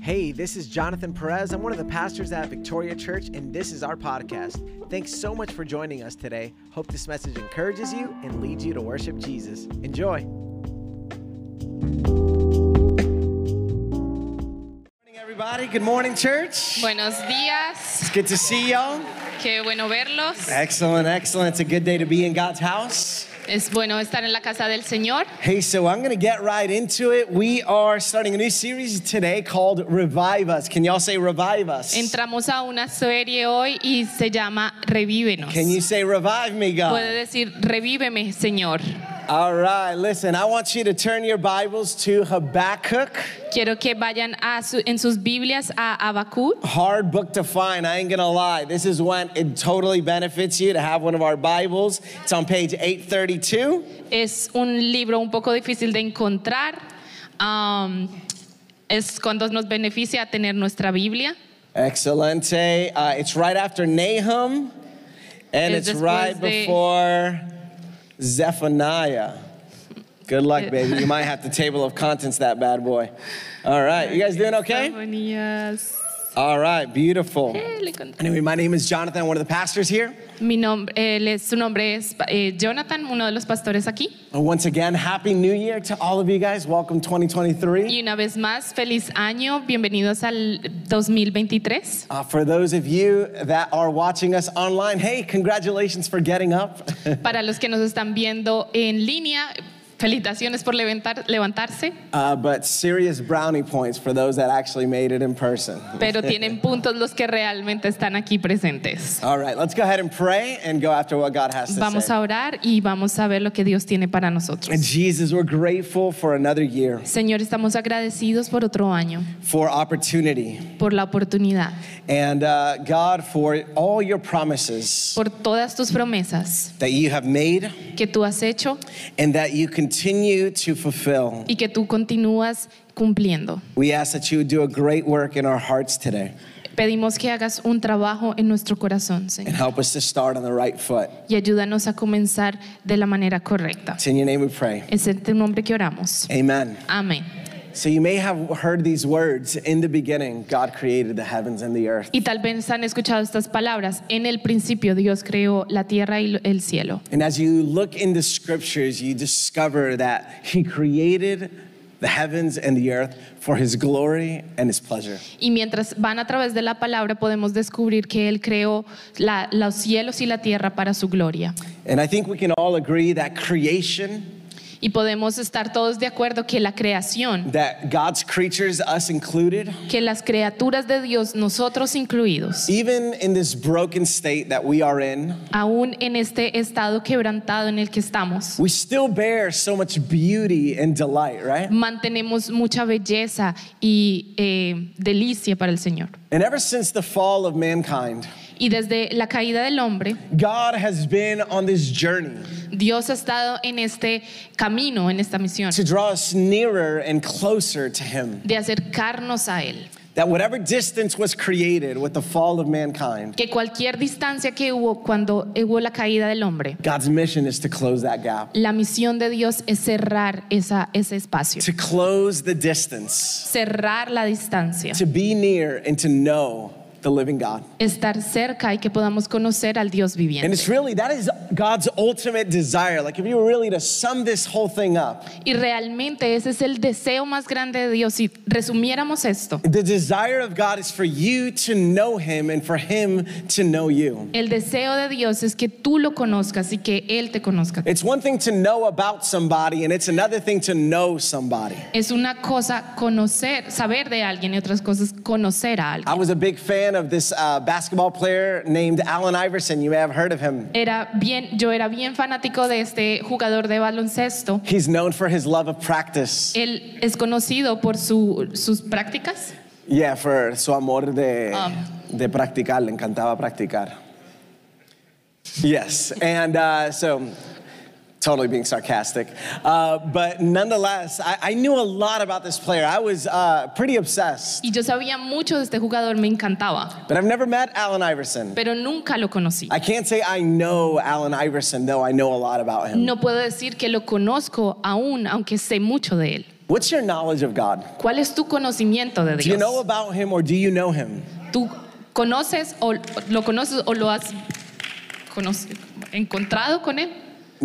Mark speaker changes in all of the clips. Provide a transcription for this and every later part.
Speaker 1: Hey, this is Jonathan Perez. I'm one of the pastors at Victoria Church, and this is our podcast. Thanks so much for joining us today. Hope this message encourages you and leads you to worship Jesus. Enjoy. Good morning, everybody. Good morning, church.
Speaker 2: Buenos días,
Speaker 1: It's good to see y'all.
Speaker 2: qué bueno verlos.
Speaker 1: Excellent, excellent. It's a good day to be in God's house.
Speaker 2: Es bueno estar en la casa del Señor.
Speaker 1: Hey, so I'm going to get right into it. We are starting a new series today called Revive Us. Can y'all say Revive Us?
Speaker 2: Entramos a una serie hoy y se llama Revívenos.
Speaker 1: Can you say Revive Me, God?
Speaker 2: Puede decir, revíveme, Señor.
Speaker 1: All right, listen, I want you to turn your Bibles to Habakkuk.
Speaker 2: Quiero que vayan a su- en sus Biblias a Habacuc.
Speaker 1: Hard book to find, I ain't gonna lie. This is when it totally benefits you to have one of our Bibles. It's on page 832.
Speaker 2: Es un libro un poco difícil de encontrar. Am, es cuando nos beneficia tener nuestra Biblia.
Speaker 1: Excelente. Uh, it's right after Nahum, and
Speaker 2: Es
Speaker 1: it's right
Speaker 2: después de-
Speaker 1: before Zephaniah. Good luck, baby. You might have to table of contents that bad boy. All right, you guys doing okay?
Speaker 2: Zafonías.
Speaker 1: All right, beautiful.
Speaker 2: Eh, lo encontré.
Speaker 1: Anyway, my name is Jonathan, I'm one of the pastors here.
Speaker 2: Mi nombre, él es- su nombre es eh, Jonathan, uno de los pastores aquí.
Speaker 1: And Once again, Happy New Year to all of you guys. Welcome 2023.
Speaker 2: Y una vez más, feliz año, bienvenidos al 2023.
Speaker 1: Uh, for those of you that are watching us online, hey, congratulations for getting up.
Speaker 2: Para los que nos están viendo en línea, felicitaciones por levantar- levantarse,
Speaker 1: Uh, but serious brownie points for those that actually made it in person.
Speaker 2: pero tienen puntos los que realmente están aquí presentes.
Speaker 1: All right, let's go ahead and pray and go after what God has to
Speaker 2: Vamos
Speaker 1: say.
Speaker 2: a orar y vamos a ver lo que Dios tiene para nosotros.
Speaker 1: And Jesus, we're grateful for another year,
Speaker 2: Señor, estamos agradecidos por otro año,
Speaker 1: for opportunity,
Speaker 2: por la oportunidad,
Speaker 1: and uh, God, for all your promises
Speaker 2: por todas tus promesas
Speaker 1: that you have made
Speaker 2: que tú has hecho
Speaker 1: and that you continue to fulfill.
Speaker 2: y que tú continúas cumpliendo.
Speaker 1: We ask that you would do a great work in our hearts today.
Speaker 2: Pedimos que hagas un trabajo en nuestro corazón, Señor.
Speaker 1: and help us to start on the right foot.
Speaker 2: y ayúdanos a comenzar de la manera correcta.
Speaker 1: It's in your name we pray.
Speaker 2: Es en tu nombre que oramos.
Speaker 1: Amen.
Speaker 2: Amén.
Speaker 1: So you may have heard these words in the beginning, God created the heavens and the earth.
Speaker 2: Y tal vez han escuchado estas palabras. En el principio Dios creó la tierra y lo- el cielo.
Speaker 1: And as you look in the scriptures, you discover that He created the heavens and the earth for His glory and His pleasure.
Speaker 2: Y mientras van a través de la palabra podemos descubrir que Él creó la- los cielos y la tierra para su gloria.
Speaker 1: And I think we can all agree that creation,
Speaker 2: Y podemos estar todos de acuerdo que la creación,
Speaker 1: that God's creatures, us included,
Speaker 2: que las criaturas de Dios, nosotros incluidos,
Speaker 1: even in this broken state that we are in,
Speaker 2: aún en este estado quebrantado en el que estamos,
Speaker 1: we still bear so much beauty and delight, right?
Speaker 2: mantenemos mucha belleza y eh, delicia para el Señor.
Speaker 1: And ever since the fall of mankind,
Speaker 2: Y desde la caída del hombre,
Speaker 1: God has been on this journey
Speaker 2: Dios ha estado en este camino, en esta misión,
Speaker 1: to draw us nearer and closer to Him.
Speaker 2: de acercarnos a Él.
Speaker 1: That whatever distance was created with the fall of mankind,
Speaker 2: Que cualquier distancia que hubo cuando hubo la caída del hombre,
Speaker 1: God's mission is to close that gap,
Speaker 2: la misión de Dios es cerrar esa, ese espacio,
Speaker 1: to close the distance,
Speaker 2: cerrar la distancia,
Speaker 1: to be near and to know the living God.
Speaker 2: estar cerca y que podamos conocer al Dios
Speaker 1: And
Speaker 2: viviente.
Speaker 1: it's really, that is God's ultimate desire. Like, if you were really to sum this whole thing up,
Speaker 2: Y realmente ese es el deseo más grande de Dios. Si resumiéramos esto,
Speaker 1: the desire of God is for you to know Him and for Him to know you.
Speaker 2: El deseo de Dios es que tú lo conozcas y que Él te conozca.
Speaker 1: It's one thing to know about somebody, and it's another thing to know somebody.
Speaker 2: Es una cosa conocer, saber de alguien y otras cosas conocer a alguien.
Speaker 1: I was a big fan of this uh, basketball player named Allen Iverson. You may have heard of him.
Speaker 2: Era bien, yo era bien fanático de este jugador de baloncesto.
Speaker 1: He's known for his love of practice.
Speaker 2: Él es conocido por su- sus prácticas.
Speaker 1: Yeah, for su amor de,
Speaker 2: Um.
Speaker 1: de practicar. Le encantaba practicar. Yes, and uh, so totally being sarcastic. Uh, but nonetheless, I, I knew a lot about this player. I was uh, pretty obsessed,
Speaker 2: Y yo sabía mucho de este jugador, me encantaba,
Speaker 1: but I've never met Allen Iverson.
Speaker 2: pero nunca lo conocí.
Speaker 1: I can't say I know Allen Iverson, though I know a lot about him.
Speaker 2: No puedo decir que lo conozco aún, aunque sé mucho de él.
Speaker 1: What's your knowledge of God?
Speaker 2: ¿Cuál es tu conocimiento de
Speaker 1: Do you
Speaker 2: Dios?
Speaker 1: know about Him or do you know Him?
Speaker 2: ¿Tú conoces o lo conoces o lo has conoce- encontrado con él?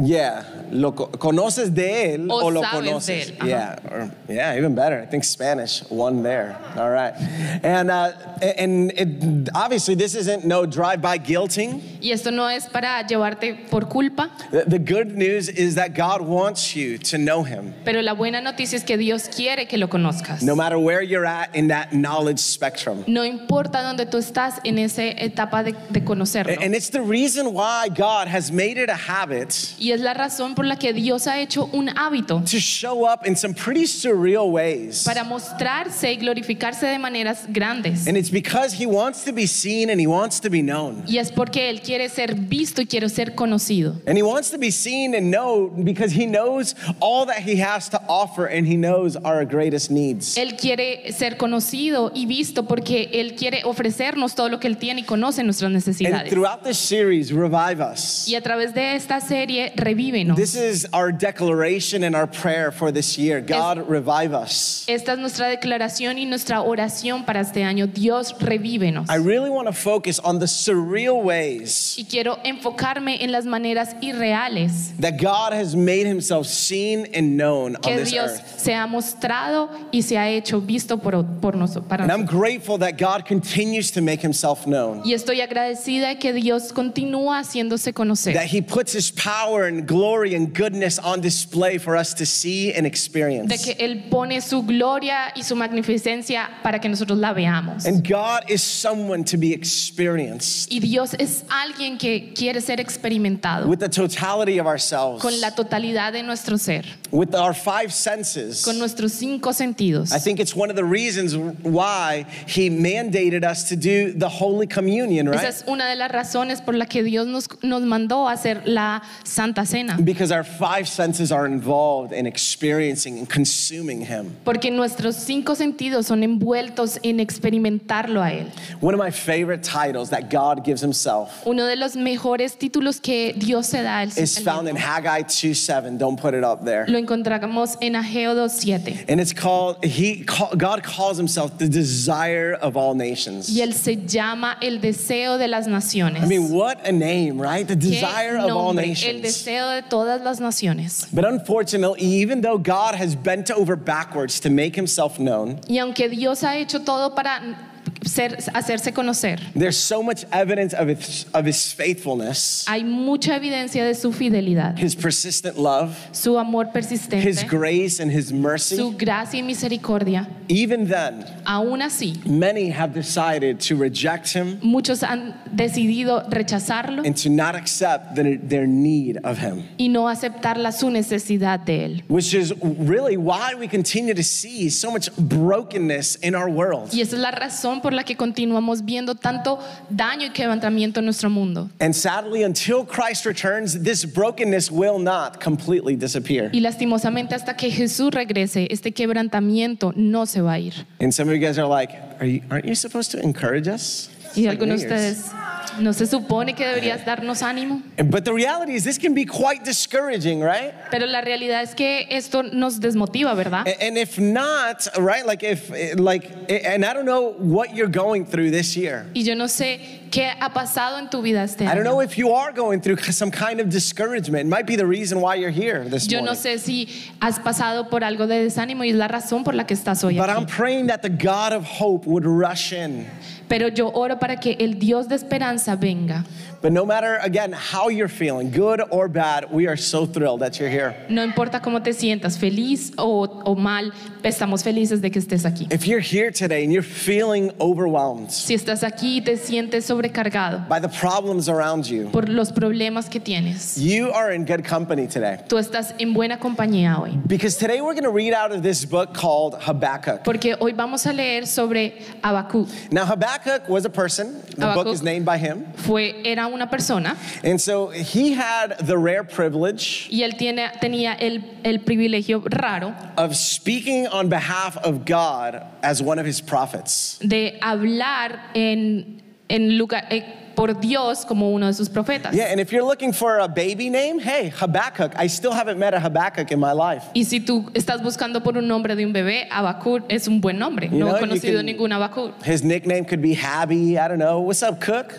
Speaker 1: Yeah, lo co- conoces de él
Speaker 2: O
Speaker 1: o, lo
Speaker 2: sabes de
Speaker 1: conoces.
Speaker 2: él, ajá.
Speaker 1: Yeah, or- yeah, even better. I think Spanish, one there. All right, and uh, and it, obviously this isn't no drive-by guilting.
Speaker 2: Y esto no es para llevarte por culpa,
Speaker 1: The, the good news is that God wants you to know Him,
Speaker 2: pero la buena noticia es que Dios quiere que lo conozcas.
Speaker 1: no matter where you're at in that knowledge spectrum.
Speaker 2: No importa dónde tú estás en esa etapa de, de conocerlo.
Speaker 1: And, and it's the reason why God has made it a habit
Speaker 2: Y es la razón por la que Dios ha hecho un hábito
Speaker 1: to show up in some pretty surreal ways.
Speaker 2: para mostrarse y glorificarse de maneras grandes.
Speaker 1: And it's because He wants to be seen and He wants to be known.
Speaker 2: Y es porque Él quiere ser visto y quiere ser conocido.
Speaker 1: And he wants to be seen and known because he knows all that he has to offer and he knows our greatest needs.
Speaker 2: Él quiere ser conocido y visto porque Él quiere ofrecernos todo lo que Él tiene y conoce nuestras
Speaker 1: And
Speaker 2: necesidades.
Speaker 1: throughout this series, Revive Us,
Speaker 2: Y a través de esta serie, revívenos.
Speaker 1: this is our declaration and our prayer for this year God, revive us.
Speaker 2: Esta es nuestra declaración y nuestra oración para este año. Dios, revívenos.
Speaker 1: I really want to focus on the surreal ways
Speaker 2: Y quiero enfocarme en las maneras irreales
Speaker 1: that God has made himself seen and known on
Speaker 2: que
Speaker 1: this
Speaker 2: Dios
Speaker 1: earth.
Speaker 2: se ha mostrado y se ha hecho visto por, por nosotros. Para
Speaker 1: And I'm
Speaker 2: nosotros.
Speaker 1: grateful that God continues to make himself known,
Speaker 2: Y estoy agradecida de que Dios continúa haciéndose conocer.
Speaker 1: that he puts his power and glory and goodness on display for us to see and experience.
Speaker 2: de que Él pone su gloria y su magnificencia para que nosotros la veamos.
Speaker 1: And God is someone to be experienced
Speaker 2: Y Dios es alguien que quiere ser experimentado
Speaker 1: with the totality of ourselves,
Speaker 2: con la totalidad de nuestro ser,
Speaker 1: with our five senses.
Speaker 2: con nuestros cinco sentidos.
Speaker 1: I think it's one of the reasons why He mandated us to do the Holy Communion,
Speaker 2: Esa
Speaker 1: right?
Speaker 2: es una de las razones por la que Dios nos, nos mandó a hacer la Santa Cena,
Speaker 1: Because our five senses are involved in experiencing and consuming Him.
Speaker 2: porque nuestros cinco sentidos son envueltos en experimentarlo a Él.
Speaker 1: One of my favorite titles that God gives Himself
Speaker 2: Uno de los mejores títulos que Dios se da al
Speaker 1: is found in Haggai 2 7. Don't put it up there.
Speaker 2: lo encontramos en Ageo 2.7.
Speaker 1: And it's called, he, call, God calls himself the desire of all nations.
Speaker 2: Y él se llama el deseo de las naciones.
Speaker 1: I mean, what a name, right? The
Speaker 2: Qué
Speaker 1: desire of all
Speaker 2: nombre, el
Speaker 1: nations.
Speaker 2: deseo de todas las naciones.
Speaker 1: But unfortunately, even though God has bent over backwards to make himself known,
Speaker 2: Y aunque Dios ha hecho todo para ser- hacerse conocer,
Speaker 1: there's so much evidence of his, of his faithfulness,
Speaker 2: hay mucha evidencia de su fidelidad,
Speaker 1: his persistent love,
Speaker 2: su amor
Speaker 1: his
Speaker 2: persistente,
Speaker 1: grace, and his mercy.
Speaker 2: su gracia y misericordia.
Speaker 1: Even then,
Speaker 2: Aún así,
Speaker 1: many have decided to reject him
Speaker 2: muchos han decidido rechazarlo
Speaker 1: and to not accept the, their need of him.
Speaker 2: y no aceptar la- su necesidad de él.
Speaker 1: Which is really why we continue to see so much brokenness in our world.
Speaker 2: Y esa es la razón por la que continuamos viendo tanto daño y quebrantamiento en nuestro mundo.
Speaker 1: And sadly, until Christ returns, this brokenness will not completely disappear.
Speaker 2: Y lastimosamente hasta que Jesús regrese, este quebrantamiento no se va a ir.
Speaker 1: And some of you guys are like, are you, aren't you supposed to encourage us? It's
Speaker 2: Y
Speaker 1: like New
Speaker 2: algunos de
Speaker 1: Year's.
Speaker 2: ustedes, ¿no se supone que deberías darnos ánimo?
Speaker 1: And- But the reality is, this can be quite discouraging, right?
Speaker 2: Pero la realidad es que esto nos desmotiva, ¿verdad?
Speaker 1: A- And if not, right? Like if, eh, like, and I don't know what you're going through this year.
Speaker 2: Y yo no sé qué ha pasado en tu vida este
Speaker 1: I don't
Speaker 2: año.
Speaker 1: know if you are going through some kind of discouragement. It might be the reason why you're here this
Speaker 2: Yo no
Speaker 1: morning.
Speaker 2: sé si has pasado por algo de desánimo y es la razón por la que estás hoy
Speaker 1: But
Speaker 2: aquí.
Speaker 1: I'm praying that the God of hope would rush in.
Speaker 2: Pero yo oro para que el Dios de esperanza venga.
Speaker 1: But no matter, again, how you're feeling, good or bad, we are so thrilled that you're here.
Speaker 2: No importa cómo te sientas, feliz o, o mal, estamos felices de que estés aquí.
Speaker 1: If you're here today and you're feeling overwhelmed
Speaker 2: Si estás aquí y te sientes sobrecargado,
Speaker 1: by the problems around you,
Speaker 2: por los problemas que tienes.
Speaker 1: you are in good company today.
Speaker 2: Tú estás en buena compañía hoy.
Speaker 1: Because today we're going to read out of this book called Habakkuk.
Speaker 2: Porque hoy vamos a leer sobre Habacuc.
Speaker 1: Now, Habakkuk was a person, the book
Speaker 2: Habakkuk.
Speaker 1: is named by him.
Speaker 2: Fue, era una persona
Speaker 1: And so he had the rare privilege
Speaker 2: y él tiene, tenía el, el privilegio raro
Speaker 1: of speaking on behalf of God as one of his prophets.
Speaker 2: de hablar en, en lugar, eh, por Dios como uno de sus profetas.
Speaker 1: Yeah, and if you're looking for a baby name, hey, Habakkuk. I still haven't met a Habakkuk in my life.
Speaker 2: Y si tú estás buscando por un nombre de un bebé, Abacur es un buen nombre.
Speaker 1: You
Speaker 2: No
Speaker 1: know,
Speaker 2: he
Speaker 1: you
Speaker 2: conocido
Speaker 1: can-
Speaker 2: ningún Abacur.
Speaker 1: His nickname could be Habby. I don't know. What's up, Cook?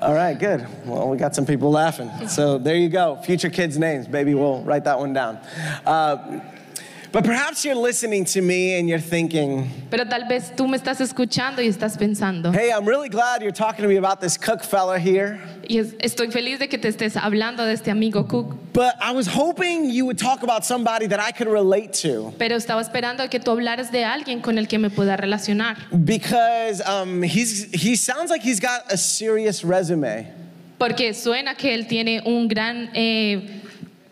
Speaker 1: All right, good. Well, we got some people laughing. So there you go. Future kids' names, baby. We'll write that one down. Uh, but perhaps you're listening to me and you're thinking,
Speaker 2: Pero tal vez tú me estás escuchando y estás pensando.
Speaker 1: hey, I'm really glad you're talking to me about this Cook fella here.
Speaker 2: Y es- estoy feliz de que te estés hablando de este amigo Cook.
Speaker 1: But I was hoping you would talk about somebody that I could relate to
Speaker 2: Pero estaba esperando que tú hablaras de alguien con el que me pueda relacionar.
Speaker 1: because um, he's, he sounds like he's got a serious resume.
Speaker 2: Porque suena que él tiene un gran eh,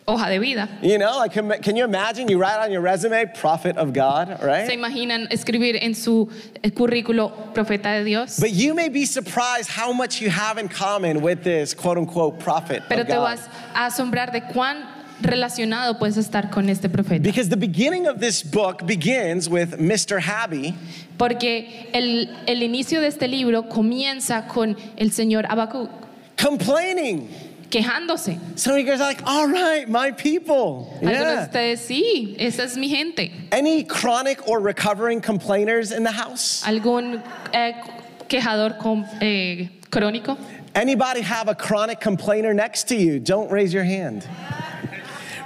Speaker 2: hoja de vida.
Speaker 1: You know, like, can can you imagine you write on your resume, prophet of God,
Speaker 2: ¿Se
Speaker 1: right?
Speaker 2: imaginan escribir en su eh, currículo profeta de Dios?
Speaker 1: But you may be surprised how much you have in common with this quote unquote prophet
Speaker 2: Pero
Speaker 1: of
Speaker 2: te
Speaker 1: God.
Speaker 2: vas a asombrar de cuán relacionado puedes estar con este profeta.
Speaker 1: Because the beginning of this book begins with Mr. Habby,
Speaker 2: Porque el, el inicio de este libro comienza con el señor Habacuc
Speaker 1: complaining.
Speaker 2: quejándose.
Speaker 1: Some of you guys are like, all right, my people.
Speaker 2: Algunos de
Speaker 1: Yeah.
Speaker 2: ustedes, sí, esa es mi gente.
Speaker 1: Any chronic or recovering complainers in the house?
Speaker 2: ¿Algún eh, quejador con- eh, crónico?
Speaker 1: Anybody have a chronic complainer next to you? Don't raise your hand.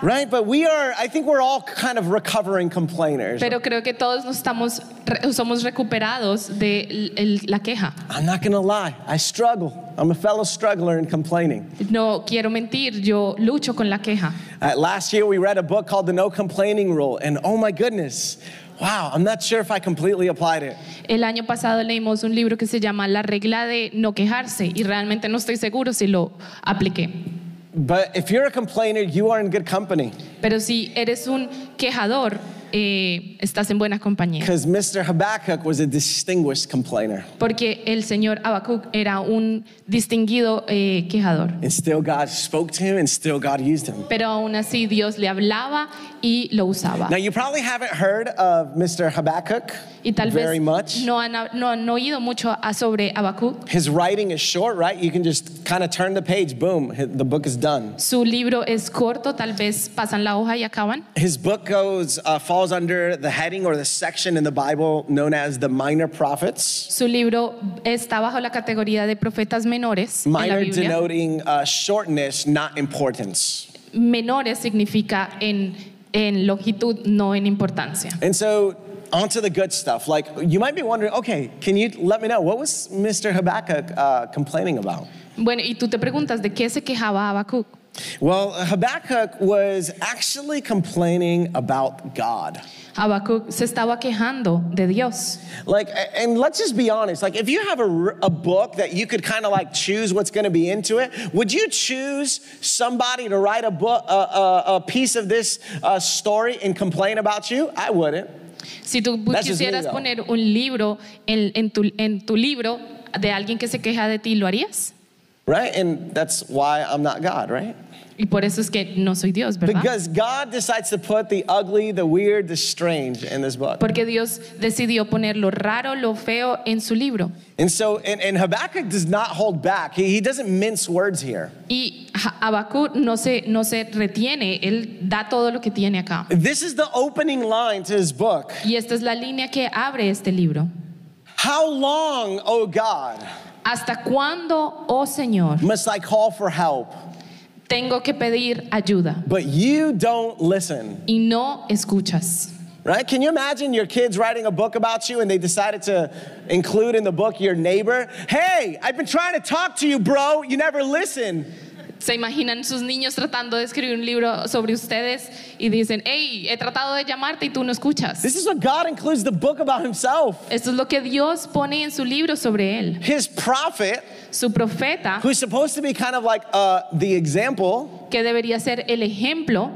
Speaker 1: Right? But we are, I think we're all kind of recovering complainers.
Speaker 2: Pero creo que todos nos estamos, re- somos recuperados de el- el- la queja.
Speaker 1: I'm not gonna lie, I struggle. I'm a fellow struggler in complaining.
Speaker 2: No quiero mentir, yo lucho con la queja.
Speaker 1: Uh, last year, we read a book called The No Complaining Rule, and oh my goodness, wow, I'm not sure if I completely applied it.
Speaker 2: El año pasado leímos un libro que se llama La regla de no quejarse y realmente no estoy seguro si lo apliqué.
Speaker 1: But if you're a complainer, you are in good company
Speaker 2: Pero si eres un quejador, eh, estás en buena compañía.
Speaker 1: because Mr. Habakkuk was a distinguished complainer,
Speaker 2: Porque el señor Habacuc era un distinguido eh, quejador.
Speaker 1: and still God spoke to him, and still God used him.
Speaker 2: Pero aún así Dios le hablaba y lo usaba.
Speaker 1: Now, you probably haven't heard of Mr. Habakkuk
Speaker 2: Y tal
Speaker 1: very
Speaker 2: vez
Speaker 1: much.
Speaker 2: no han, no han oído mucho a- sobre Habacuc.
Speaker 1: His writing is short, right? You can just kind of turn the page, boom, hi- the book is done.
Speaker 2: Su libro es corto, tal vez pasan la hoja y acaban.
Speaker 1: His book goes uh, falls under the heading or the section in the Bible known as the Minor Prophets.
Speaker 2: Su libro está bajo la categoría de profetas menores. en la
Speaker 1: Minor
Speaker 2: Biblia.
Speaker 1: denoting uh, shortness, not importance.
Speaker 2: Menores significa en, en longitud, no en importancia.
Speaker 1: And so, onto the good stuff. Like you might be wondering, okay, can you let me know what was Mr. Habakkuk uh, complaining about?
Speaker 2: Bueno, y tú te preguntas de qué se quejaba Habacuc.
Speaker 1: Well, Habakkuk was actually complaining about God.
Speaker 2: Habacuc se estaba quejando de Dios.
Speaker 1: Like, a- and let's just be honest. Like, if you have a, r- a book that you could kind of like choose what's going to be into it, would you choose somebody to write a book, a, a, a piece of this uh, story and complain about you? I wouldn't.
Speaker 2: Si tú
Speaker 1: That's just me,
Speaker 2: quisieras
Speaker 1: though.
Speaker 2: poner un libro en, en tu, en tu libro de alguien que se queja de ti, ¿lo harías?
Speaker 1: Right? And that's why I'm not God, right?
Speaker 2: Y por eso es que no soy Dios, ¿verdad?
Speaker 1: Because God decides to put the ugly, the weird, the strange in this book.
Speaker 2: Porque Dios decidió poner lo raro, lo feo en su libro.
Speaker 1: And so, and, and Habakkuk does not hold back. He, he doesn't mince words here.
Speaker 2: Y Habacuc no se, no se retiene, él da todo lo que tiene acá.
Speaker 1: This is the opening line to his book.
Speaker 2: Y esta es la línea que abre este libro.
Speaker 1: How long, O God,
Speaker 2: ¿Hasta cuándo, oh Señor,
Speaker 1: must I call for help?
Speaker 2: tengo que pedir ayuda?
Speaker 1: But you don't listen,
Speaker 2: Y no escuchas.
Speaker 1: right? Can you imagine your kids writing a book about you and they decided to include in the book your neighbor? Hey, I've been trying to talk to you, bro. You never listen.
Speaker 2: ¿Se imaginan sus niños tratando de escribir un libro sobre ustedes y dicen, hey, he tratado de llamarte y tú no escuchas?
Speaker 1: This is what God includes the book about himself.
Speaker 2: Esto es lo que Dios pone en su libro sobre él.
Speaker 1: His prophet,
Speaker 2: Su profeta,
Speaker 1: who's supposed to be kind of like uh, the example.
Speaker 2: que debería ser el ejemplo,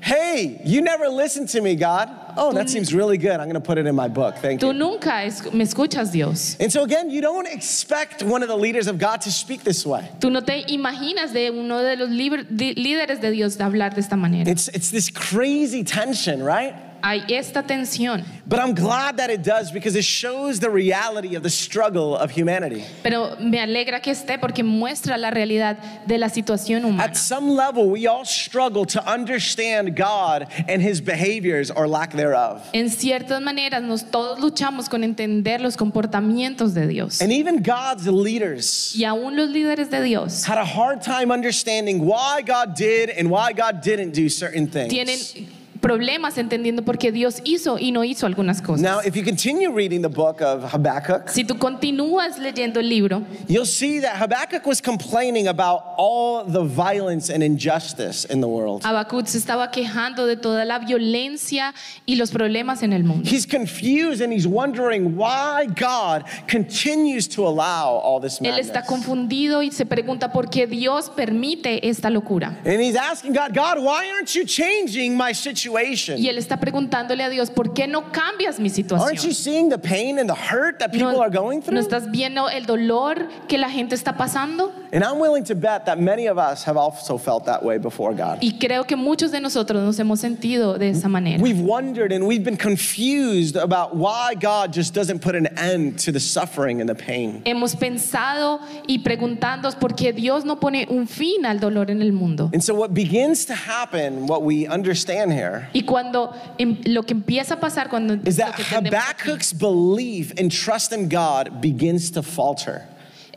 Speaker 1: Hey, you never listen to me, God. Oh, that seems really good. I'm going to put it in my book. Thank you.
Speaker 2: tú nunca es- me escuchas, Dios.
Speaker 1: And so, again, you don't expect one of the leaders of God to speak this way.
Speaker 2: Tú no te imaginas de uno
Speaker 1: Eh.
Speaker 2: de los liber- di- líderes de Dios de hablar de esta manera.
Speaker 1: It's, it's this crazy tension, right?
Speaker 2: hay esta tensión.
Speaker 1: But I'm glad that it does because it shows the reality of the struggle of humanity.
Speaker 2: Pero me alegra que esté porque muestra la realidad de la situación humana.
Speaker 1: At some level, we all struggle to understand God and his behaviors or lack thereof.
Speaker 2: En ciertas maneras, nos todos luchamos con entender los comportamientos de Dios.
Speaker 1: And even God's leaders
Speaker 2: Y aún los líderes de Dios
Speaker 1: had a hard time understanding why God did and why God didn't do certain
Speaker 2: tienen
Speaker 1: things.
Speaker 2: problemas entendiendo por qué Dios hizo y no hizo algunas
Speaker 1: Now,
Speaker 2: cosas.
Speaker 1: if you continue reading the book of Habakkuk,
Speaker 2: Si tú continúas leyendo el libro,
Speaker 1: you'll see that Habakkuk was complaining about all the violence and injustice in the world.
Speaker 2: Habacuc se estaba quejando de toda la violencia y los problemas en el mundo.
Speaker 1: He's confused and he's wondering why God continues to allow all this
Speaker 2: Él está
Speaker 1: madness.
Speaker 2: confundido y se pregunta por qué Dios permite esta locura.
Speaker 1: And he's asking God, God, why aren't you changing my situation?
Speaker 2: Y él está preguntándole a Dios, ¿por qué no cambias mi
Speaker 1: Aren't you
Speaker 2: situación?
Speaker 1: seeing the pain and the hurt that people
Speaker 2: ¿No,
Speaker 1: are going
Speaker 2: no
Speaker 1: through?
Speaker 2: estás viendo el dolor que la gente está pasando?
Speaker 1: And I'm willing to bet that many of us have also felt that way before God.
Speaker 2: Y creo que muchos de nosotros nos hemos sentido de esa manera.
Speaker 1: We've wondered and we've been confused about why God just doesn't put an end to the suffering and the pain.
Speaker 2: Hemos pensado y preguntándonos por qué Dios no pone un fin al dolor en el mundo.
Speaker 1: And so, what begins to happen, what we understand here,
Speaker 2: Y cuando em- lo que empieza a pasar cuando lo
Speaker 1: is that
Speaker 2: que entendemos aquí
Speaker 1: Habakkuk's belief and trust in God begins to falter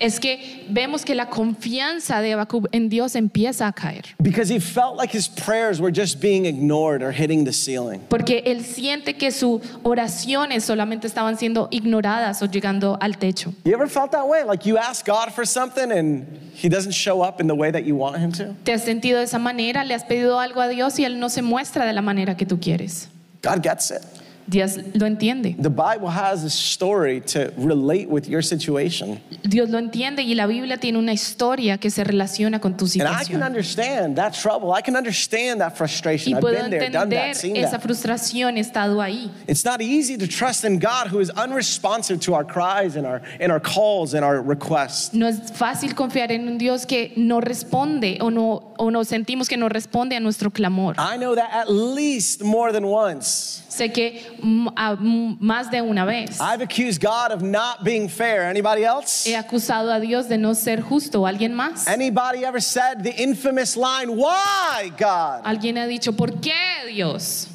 Speaker 2: es que vemos que la confianza de Habacuc en Dios empieza a caer,
Speaker 1: because he felt like his prayers were just being ignored or hitting the ceiling.
Speaker 2: porque él siente que sus oraciones solamente estaban siendo ignoradas o llegando al techo.
Speaker 1: You ever felt that way? Like you ask God for something and he doesn't show up in the way that you want him to?
Speaker 2: ¿Te has sentido de esa manera? ¿Le has pedido algo a Dios y él no se muestra de la manera que tú quieres?
Speaker 1: God gets it.
Speaker 2: Dios lo entiende.
Speaker 1: The Bible has a story to relate with your situation.
Speaker 2: Dios lo entiende y la Biblia tiene una historia que se relaciona con tu
Speaker 1: And I can
Speaker 2: situación.
Speaker 1: understand that trouble. I can understand that
Speaker 2: Y
Speaker 1: frustration. I've
Speaker 2: puedo
Speaker 1: been there, done
Speaker 2: entender
Speaker 1: that, seen
Speaker 2: esa
Speaker 1: that.
Speaker 2: frustración, he estado ahí.
Speaker 1: It's not easy to trust in God who is unresponsive to our cries and our, and our calls and our requests.
Speaker 2: No es fácil confiar en un Dios que no responde o no, o no sentimos que no responde a nuestro clamor.
Speaker 1: I know that at least more than once.
Speaker 2: Sé que mm, a- mm, más de una vez
Speaker 1: I've accused God of not being fair. Anybody else?
Speaker 2: he acusado a Dios de no ser justo. ¿Alguien más?
Speaker 1: Anybody ever said the infamous line, Why, God?
Speaker 2: ¿Alguien ha dicho, ¿por qué Dios?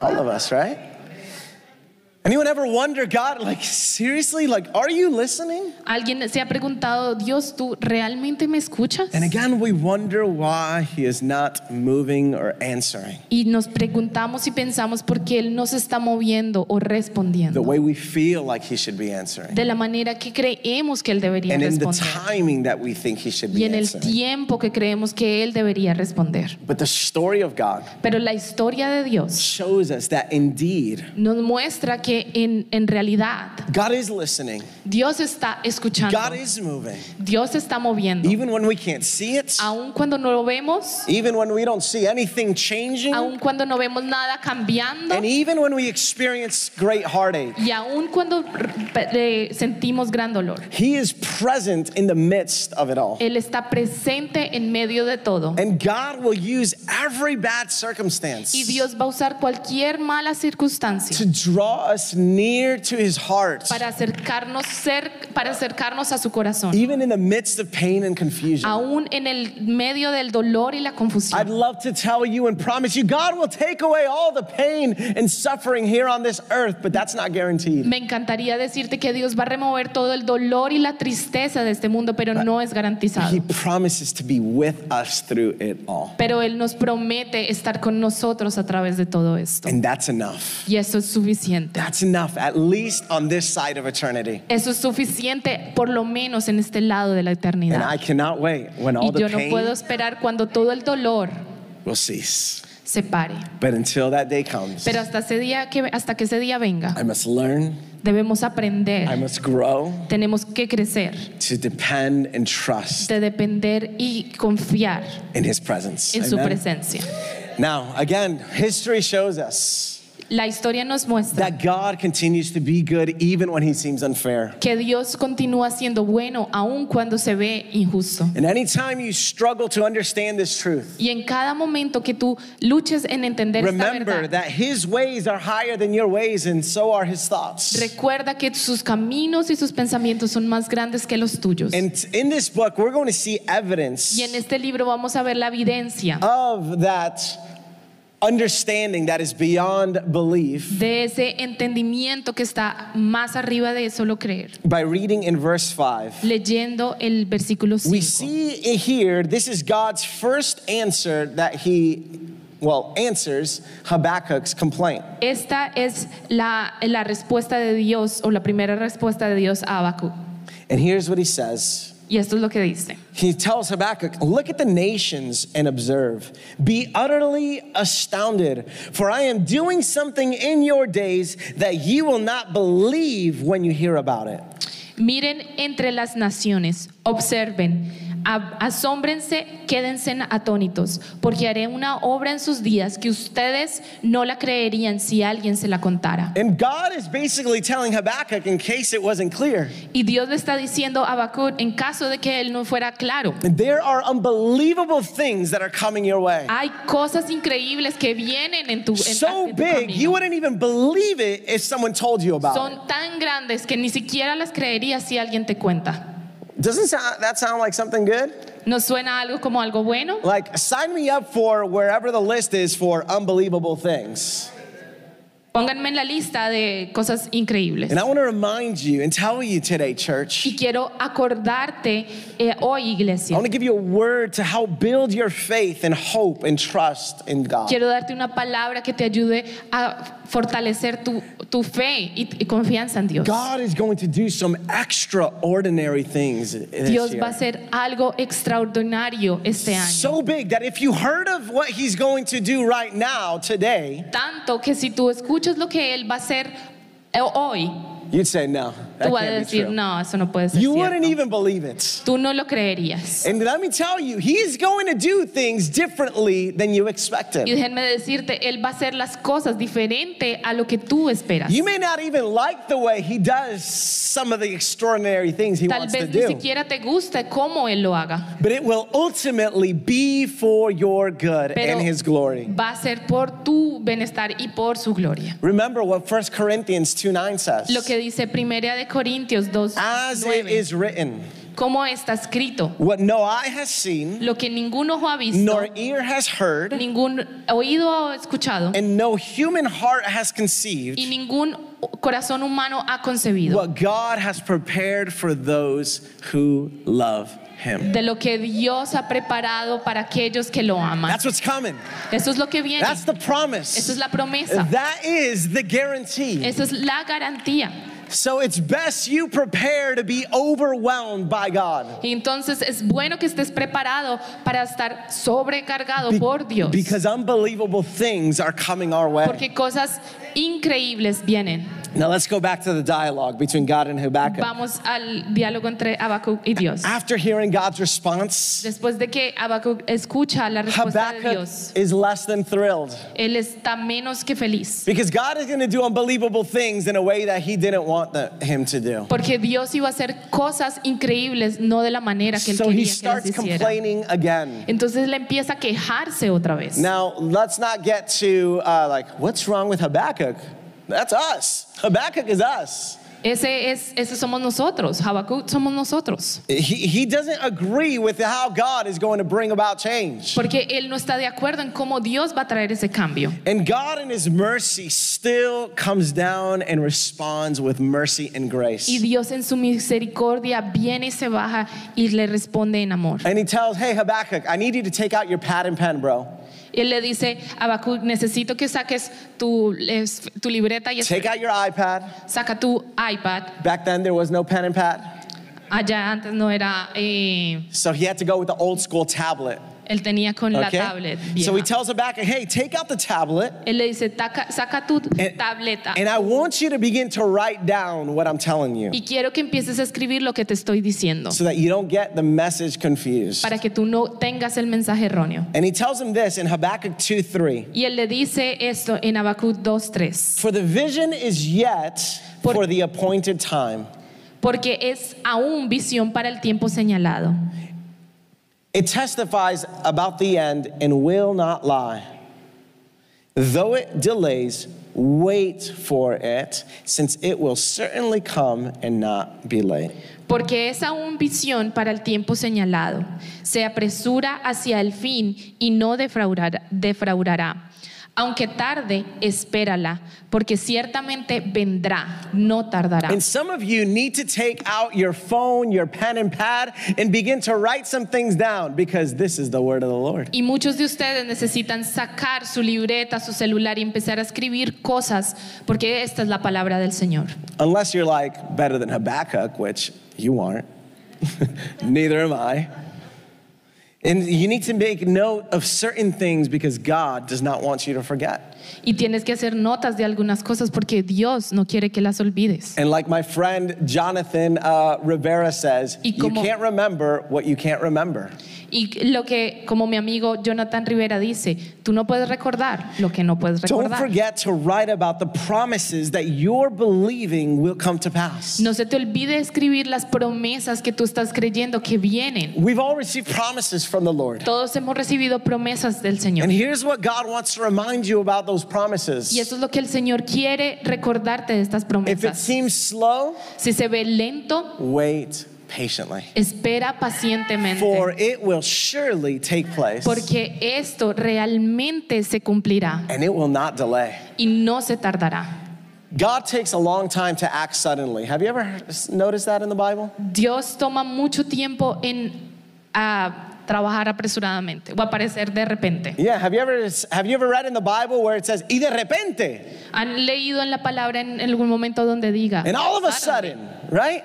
Speaker 1: All of us, right? Anyone ever wonder, God, like, seriously? Like, are you listening?
Speaker 2: ¿Alguien se ha preguntado, Dios, ¿tú realmente me escuchas?
Speaker 1: And again, we wonder why He is not moving or answering
Speaker 2: Y nos preguntamos y pensamos por qué Él no se está moviendo o
Speaker 1: the
Speaker 2: respondiendo
Speaker 1: way we feel like He should be answering.
Speaker 2: de la manera que creemos que Él debería
Speaker 1: And in the
Speaker 2: responder
Speaker 1: timing that we think He should
Speaker 2: y
Speaker 1: be
Speaker 2: en el
Speaker 1: answering.
Speaker 2: tiempo que creemos que Él debería responder.
Speaker 1: But the story of God
Speaker 2: Pero la historia de Dios
Speaker 1: shows us that indeed
Speaker 2: nos muestra que en, en realidad
Speaker 1: God is listening,
Speaker 2: Dios está escuchando,
Speaker 1: God is moving,
Speaker 2: Dios se está moviendo.
Speaker 1: even when we can't see it,
Speaker 2: Aun cuando no lo vemos,
Speaker 1: even when we don't see anything changing.
Speaker 2: aun cuando no vemos nada cambiando
Speaker 1: And even when we experience great heartache,
Speaker 2: y aun cuando eh, sentimos gran dolor.
Speaker 1: He is present in the midst of it all.
Speaker 2: Él está presente en medio de todo.
Speaker 1: And God will use every bad circumstance
Speaker 2: Y Dios va a usar cualquier mala circunstancia
Speaker 1: to draw us near to His heart,
Speaker 2: para acercarnos, cer- para acercarnos a su corazón,
Speaker 1: even in the midst of pain and confusion.
Speaker 2: aún en el medio del dolor y la
Speaker 1: I'd
Speaker 2: confusión.
Speaker 1: love to tell you and promise you, God will take away all the pain and suffering here on this earth, but that's not guaranteed.
Speaker 2: Me encantaría decirte que Dios va a remover todo el dolor y la tristeza de este mundo, pero no es garantizado.
Speaker 1: He promises to be with us through it all.
Speaker 2: Pero Él nos promete estar con nosotros a través de todo esto.
Speaker 1: And that's enough.
Speaker 2: Y eso es suficiente.
Speaker 1: That's enough, at least on this side of eternity.
Speaker 2: Eso es suficiente por lo menos en este lado de la
Speaker 1: And
Speaker 2: eternidad.
Speaker 1: I cannot wait when all
Speaker 2: Y
Speaker 1: the
Speaker 2: yo no puedo
Speaker 1: pain
Speaker 2: esperar cuando todo el dolor
Speaker 1: will cease.
Speaker 2: se pare.
Speaker 1: But until that day comes,
Speaker 2: Pero hasta ese día que hasta que ese día venga,
Speaker 1: I must learn,
Speaker 2: debemos
Speaker 1: I
Speaker 2: aprender,
Speaker 1: must grow
Speaker 2: tenemos que crecer,
Speaker 1: to depend and trust
Speaker 2: de depender y confiar
Speaker 1: in His presence.
Speaker 2: en su
Speaker 1: Amen.
Speaker 2: presencia.
Speaker 1: Now, again, history shows us
Speaker 2: La historia nos muestra
Speaker 1: that God continues to be good even when he seems unfair.
Speaker 2: que Dios continúa siendo bueno aun cuando se ve injusto.
Speaker 1: And anytime you struggle to understand this truth,
Speaker 2: Y en cada momento que tú luches en entender esta
Speaker 1: remember
Speaker 2: verdad,
Speaker 1: that his ways are higher than your ways, and so are his thoughts.
Speaker 2: recuerda que sus caminos y sus pensamientos son más grandes que los tuyos.
Speaker 1: And in this book, we're going to see evidence
Speaker 2: Y en este libro vamos a ver la evidencia
Speaker 1: of that understanding that is beyond belief
Speaker 2: de ese entendimiento que está más arriba de solo creer.
Speaker 1: by reading in verse 5.
Speaker 2: Leyendo el versículo
Speaker 1: We
Speaker 2: 5.
Speaker 1: see here, this is God's first answer that he, well, answers Habakkuk's complaint.
Speaker 2: Esta es la, la respuesta de Dios o la primera respuesta de Dios a Habacuc.
Speaker 1: And here's what he says.
Speaker 2: Y esto es lo que dice.
Speaker 1: He tells Habakkuk, Look at the nations and observe. Be utterly astounded, for I am doing something in your days that you will not believe when you hear about it.
Speaker 2: Miren entre las naciones, observen, a- asómbrense, quédense atónitos, porque haré una obra en sus días que ustedes no la creerían si alguien se la contara.
Speaker 1: And God is basically telling Habakkuk, in case it wasn't clear,
Speaker 2: Y Dios le está diciendo a Habacuc, en caso de que él no fuera claro,
Speaker 1: there are unbelievable things that are coming your way.
Speaker 2: hay cosas increíbles que vienen en tu, en-
Speaker 1: So
Speaker 2: en tu
Speaker 1: big,
Speaker 2: camino.
Speaker 1: you wouldn't even believe it if someone told you about it.
Speaker 2: Son tan grandes que ni siquiera las creerías si alguien te cuenta.
Speaker 1: Doesn't sound, that sound like something good?
Speaker 2: ¿No suena algo como algo bueno?
Speaker 1: Like, sign me up for wherever the list is for unbelievable things.
Speaker 2: Pónganme en la lista de cosas increíbles.
Speaker 1: And I want to remind you and tell you today, church.
Speaker 2: Y quiero acordarte eh, hoy,
Speaker 1: I
Speaker 2: iglesia.
Speaker 1: want to give you a word to help build your faith and hope and trust in God.
Speaker 2: Quiero darte una palabra que te ayude a fortalecer tu, tu fe y, y confianza en Dios.
Speaker 1: God is going to do some extraordinary things this
Speaker 2: Dios
Speaker 1: year.
Speaker 2: va a hacer algo extraordinario este año.
Speaker 1: So big that if you heard of what he's going to do right now, today,
Speaker 2: Tanto que si tú escuchas lo que Él va a hacer eh, hoy,
Speaker 1: you'd say no. That
Speaker 2: tú vas a
Speaker 1: can't be
Speaker 2: decir,
Speaker 1: true.
Speaker 2: no, eso no puede ser.
Speaker 1: You
Speaker 2: cierto".
Speaker 1: wouldn't even believe it.
Speaker 2: Tú no lo creerías.
Speaker 1: And let me tell you, he's going to do things differently than you
Speaker 2: Y
Speaker 1: expected.
Speaker 2: déjenme decirte, Él va a hacer las cosas diferente a lo que tú esperas.
Speaker 1: You may not even like the way he does some of the extraordinary things he
Speaker 2: Tal
Speaker 1: wants to
Speaker 2: vez ni
Speaker 1: do.
Speaker 2: siquiera te guste cómo Él lo haga.
Speaker 1: But it will ultimately be for your good
Speaker 2: Pero
Speaker 1: and his glory.
Speaker 2: va a ser por tu bienestar y por su gloria.
Speaker 1: Remember what 1 Corinthians 2 9 says.
Speaker 2: Lo que dice Primera de Corintios 2,
Speaker 1: As it is written,
Speaker 2: como está escrito,
Speaker 1: what no eye has seen,
Speaker 2: lo que ningún ojo ha visto,
Speaker 1: nor ear has heard,
Speaker 2: ningún oído ha escuchado
Speaker 1: and no human heart has
Speaker 2: y
Speaker 1: conceived,
Speaker 2: ningún corazón humano ha concebido
Speaker 1: what God has prepared for those who love him.
Speaker 2: de lo que Dios ha preparado para aquellos que lo aman.
Speaker 1: That's what's coming.
Speaker 2: Eso es lo que viene,
Speaker 1: That's the promise.
Speaker 2: eso es la promesa,
Speaker 1: That is the guarantee.
Speaker 2: esa es la garantía.
Speaker 1: So it's best you prepare to be overwhelmed by God.
Speaker 2: Y entonces es bueno que estés preparado para estar sobrecargado
Speaker 1: Be-
Speaker 2: por Dios.
Speaker 1: Because unbelievable things are coming our way.
Speaker 2: Porque cosas increíbles vienen.
Speaker 1: Now let's go back to the dialogue between God and Habakkuk.
Speaker 2: Vamos al diálogo entre Habacuc y Dios.
Speaker 1: After hearing God's response,
Speaker 2: Después de que Habacuc escucha la respuesta de
Speaker 1: Habakkuk
Speaker 2: Dios,
Speaker 1: is less than thrilled
Speaker 2: él está menos que feliz.
Speaker 1: because God is going to do unbelievable things in a way that he didn't want the- him to do.
Speaker 2: Porque Dios iba a hacer cosas increíbles, no de la manera que él
Speaker 1: So he
Speaker 2: quería que las
Speaker 1: starts
Speaker 2: hiciera.
Speaker 1: complaining again.
Speaker 2: Entonces él empieza a quejarse otra vez.
Speaker 1: Now, let's not get to uh, like, what's wrong with Habakkuk? That's us. Habakkuk is us.
Speaker 2: Ese es, ese somos nosotros. Habacuc somos nosotros.
Speaker 1: He, he doesn't agree with how God is going to bring about change.
Speaker 2: Porque él no está de acuerdo en cómo Dios va a traer ese cambio.
Speaker 1: And God, in His mercy, still comes down and responds with mercy and
Speaker 2: Y
Speaker 1: grace.
Speaker 2: Dios en su misericordia viene y se baja y le responde en amor.
Speaker 1: And He tells, Hey, Habakkuk, I need you to take out your pad and pen, bro.
Speaker 2: Y él le dice, Habacuc, necesito que saques tu, es- tu libreta y
Speaker 1: Take out your iPad.
Speaker 2: saca tu iPad.
Speaker 1: Back then, there was no pen and pad.
Speaker 2: Allá antes no era, eh,
Speaker 1: So he had to go with the old school tablet.
Speaker 2: Él tenía con la tablet.
Speaker 1: So he
Speaker 2: vieja.
Speaker 1: tells Habakkuk, hey, take out the tablet,
Speaker 2: Él le dice, "Taca- saca tu
Speaker 1: And-
Speaker 2: tableta
Speaker 1: and I want you to begin to write down what I'm telling you
Speaker 2: y quiero que empieces a escribir lo que te estoy diciendo
Speaker 1: so that you don't get the message confused.
Speaker 2: para que tú no tengas el mensaje erróneo.
Speaker 1: And he tells him this in Habakkuk 2 3.
Speaker 2: Y él le dice esto en Habacuc 2.3,
Speaker 1: For the vision is yet
Speaker 2: Por-
Speaker 1: for the appointed time.
Speaker 2: porque es aún visión para el tiempo señalado.
Speaker 1: It testifies about the end and will not lie. Though it delays, wait for it, since it will certainly come and not be late.
Speaker 2: Porque es aún visión para el tiempo señalado. Se apresura hacia el fin y no defraudar- defraudará. Aunque tarde, espérala, porque ciertamente vendrá, no tardará.
Speaker 1: And some of you need to take out your phone, your pen and pad, and begin to write some things down because this is the word of the Lord.
Speaker 2: Y muchos de ustedes necesitan sacar su libreta, su celular y empezar a escribir cosas, porque esta es la palabra del Señor.
Speaker 1: Unless you're like better than Habakkuk, which you aren't, neither am I. And you need to make note of certain things because God does not want you to forget.
Speaker 2: Y tienes que hacer notas de algunas cosas porque Dios no quiere que las olvides.
Speaker 1: And like my friend Jonathan uh, Rivera says,
Speaker 2: Y
Speaker 1: you
Speaker 2: como-
Speaker 1: can't remember what you can't remember.
Speaker 2: Y lo que, como mi amigo Jonathan Rivera dice, tú no puedes recordar lo que no puedes
Speaker 1: Don't
Speaker 2: recordar.
Speaker 1: forget to write about the promises that you're believing will come to pass.
Speaker 2: No se te olvide escribir las promesas que tú estás creyendo que vienen.
Speaker 1: We've all received promises from the Lord.
Speaker 2: Todos hemos recibido promesas del Señor.
Speaker 1: And here's what God wants to remind you about those
Speaker 2: Y eso
Speaker 1: promises.
Speaker 2: es lo que el Señor quiere recordarte de estas
Speaker 1: If it
Speaker 2: promesas.
Speaker 1: seems slow,
Speaker 2: Si se ve lento,
Speaker 1: wait patiently,
Speaker 2: espera
Speaker 1: for
Speaker 2: pacientemente,
Speaker 1: it will surely take place
Speaker 2: porque esto realmente se cumplirá
Speaker 1: and it will not delay.
Speaker 2: y no se tardará.
Speaker 1: God takes a long time to act suddenly. Have you ever noticed that in the Bible?
Speaker 2: Dios toma mucho tiempo en ah, trabajar apresuradamente o aparecer de repente.
Speaker 1: Yeah, have you ever have you ever read in the Bible where it says y de repente
Speaker 2: ¿Han leído en la palabra en algún momento donde diga?
Speaker 1: and all of a
Speaker 2: "Suddenly"?
Speaker 1: sudden, right?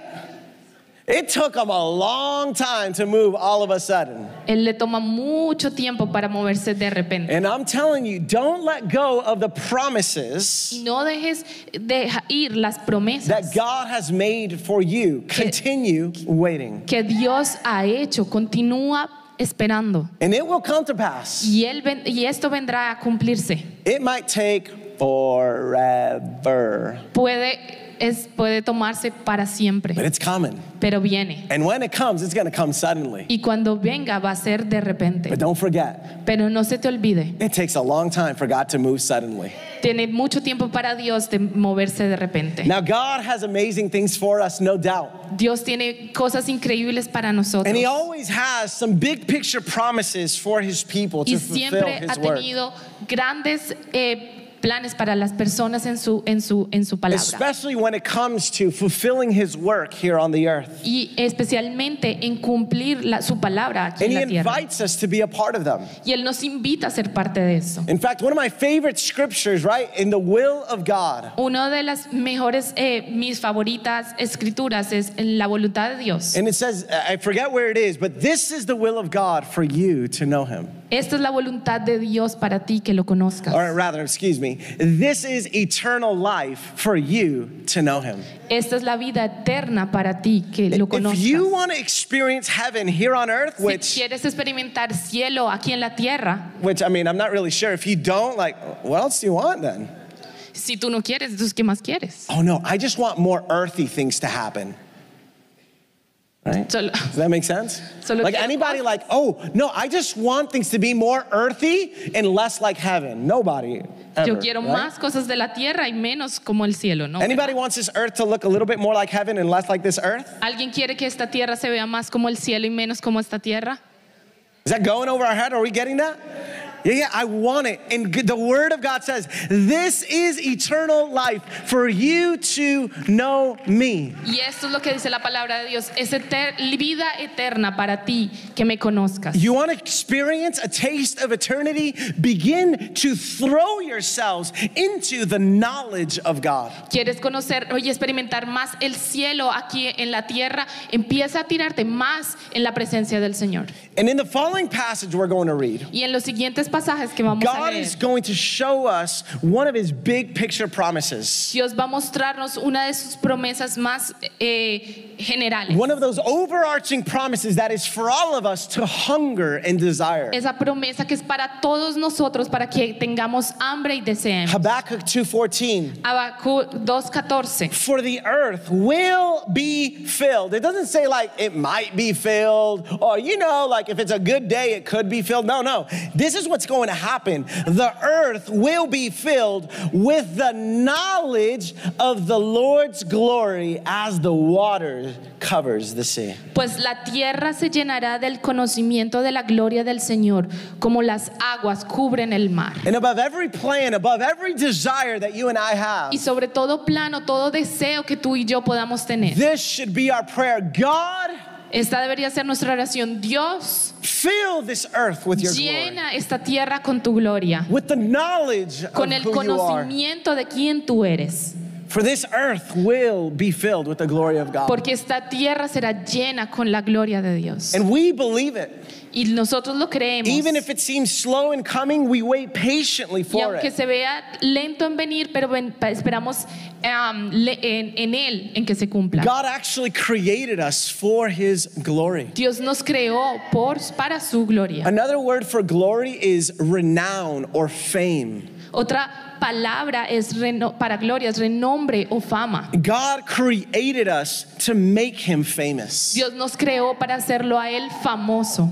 Speaker 1: It took them a long time to move all of a sudden.
Speaker 2: Él le toma mucho tiempo para moverse de repente.
Speaker 1: And I'm telling you, don't let go of the promises
Speaker 2: Y no dejes de ir las
Speaker 1: that
Speaker 2: promesas
Speaker 1: God has made for you. Continue waiting.
Speaker 2: que Dios ha hecho. Continúa esperando.
Speaker 1: And it will come to pass.
Speaker 2: Y, él ven- y esto vendrá a cumplirse.
Speaker 1: It might take forever,
Speaker 2: Puede, es, puede tomarse para
Speaker 1: but
Speaker 2: siempre,
Speaker 1: it's coming.
Speaker 2: pero viene.
Speaker 1: And when it comes, it's going to come suddenly.
Speaker 2: Y cuando venga va a ser de repente.
Speaker 1: But don't forget,
Speaker 2: Pero no se te olvide,
Speaker 1: it takes a long time for God to move suddenly.
Speaker 2: tiene mucho tiempo para Dios de moverse de repente.
Speaker 1: Now, God has amazing things for us, no doubt.
Speaker 2: Dios tiene cosas increíbles para nosotros.
Speaker 1: And He always has some big picture promises for His people to
Speaker 2: Y
Speaker 1: fulfill
Speaker 2: siempre ha
Speaker 1: His work.
Speaker 2: tenido grandes eh, planes para las personas en su, en su, en su palabra.
Speaker 1: Especially when it comes to fulfilling His work here on the earth.
Speaker 2: Y especialmente en cumplir la- su palabra aquí
Speaker 1: And
Speaker 2: en
Speaker 1: He
Speaker 2: la tierra.
Speaker 1: invites us to be a part of them.
Speaker 2: Y Él nos invita a ser parte de eso.
Speaker 1: In fact, one of my favorite scriptures, right, in the will of God.
Speaker 2: Una de las mejores, eh, mis favoritas escrituras es la voluntad de Dios.
Speaker 1: And it says, I forget where it is, but this is the will of God for you to know Him.
Speaker 2: Esta es la voluntad de Dios para ti que lo conozcas.
Speaker 1: Or rather, excuse me, this is eternal life for you to know Him.
Speaker 2: Esta es la vida eterna para ti que lo
Speaker 1: If you
Speaker 2: conozcas.
Speaker 1: want to experience heaven here on earth,
Speaker 2: Si
Speaker 1: which,
Speaker 2: quieres experimentar cielo aquí en la tierra,
Speaker 1: which I mean, I'm not really sure. If you don't, like, what else do you want then?
Speaker 2: si tú no quieres, entonces ¿qué más quieres?
Speaker 1: Oh no, I just want more earthy things to happen. Right?
Speaker 2: Solo-
Speaker 1: Does that make sense?
Speaker 2: Solo
Speaker 1: like
Speaker 2: quiero
Speaker 1: anybody, like, oh no, I just want things to be more earthy and less like heaven. Nobody. Ever,
Speaker 2: Yo quiero
Speaker 1: right?
Speaker 2: más cosas de la tierra y menos como el cielo, ¿no?
Speaker 1: Anybody wants this earth to look a little bit more like heaven and less like this earth?
Speaker 2: ¿Alguien quiere que esta tierra se vea más como el cielo y menos como esta tierra?
Speaker 1: Is that going over our head? Are we getting that? Yeah, yeah, I want it. And g- the Word of God says, This is eternal life for you to know me.
Speaker 2: Y esto es lo que dice la palabra de Dios. Es eter- vida eterna para ti que me conozcas.
Speaker 1: You want to experience a taste of eternity? Begin to throw yourselves into the knowledge of God.
Speaker 2: ¿Quieres conocer y experimentar más el cielo aquí en la tierra? Empieza a tirarte más en la presencia del Señor.
Speaker 1: And in the following passage we're going to read,
Speaker 2: Y en los siguientes pasajes que vamos a
Speaker 1: God
Speaker 2: leer,
Speaker 1: is going to show us one of his big picture promises.
Speaker 2: Dios va a mostrarnos una de sus promesas más eh, generales.
Speaker 1: One of those overarching promises that is for all of us to hunger and desire.
Speaker 2: Esa promesa que es para todos nosotros, para que tengamos hambre y deseemos.
Speaker 1: Habakkuk 2:14
Speaker 2: Habacuc 2.14.
Speaker 1: for the earth will be filled. It doesn't say like it might be filled or you know like if it's a good day it could be filled. No, no. This is what's going to happen. The earth will be filled with the knowledge of the Lord's glory as the water covers the sea.
Speaker 2: Pues la tierra se llenará del conocimiento de la gloria del Señor, como las aguas cubren el mar.
Speaker 1: And above every plan, above every desire that you and I have,
Speaker 2: Y sobre todo plano, todo deseo que tú y yo podamos tener.
Speaker 1: This should be our prayer. God,
Speaker 2: Esta debería ser nuestra oración. Dios,
Speaker 1: fill this earth with your glory,
Speaker 2: llena esta tierra con tu gloria,
Speaker 1: with the knowledge of
Speaker 2: con el
Speaker 1: who you are.
Speaker 2: conocimiento de quién tú eres.
Speaker 1: For this earth will be filled with the glory of God.
Speaker 2: Porque esta tierra será llena con la gloria de Dios.
Speaker 1: and we believe it.
Speaker 2: Y nosotros lo creemos.
Speaker 1: Even if it seems slow in coming, we wait patiently
Speaker 2: Y
Speaker 1: for
Speaker 2: aunque
Speaker 1: it.
Speaker 2: se vea lento en venir, pero ven- pa- esperamos um, le- en, en Él, en que se cumpla.
Speaker 1: God actually created us for His glory.
Speaker 2: Dios nos creó por, para su gloria.
Speaker 1: Another word for glory is renown or fame.
Speaker 2: Otra palabra es reno- para gloria, es renombre o fama.
Speaker 1: God created us to make Him famous.
Speaker 2: Dios nos creó para hacerlo a Él famoso.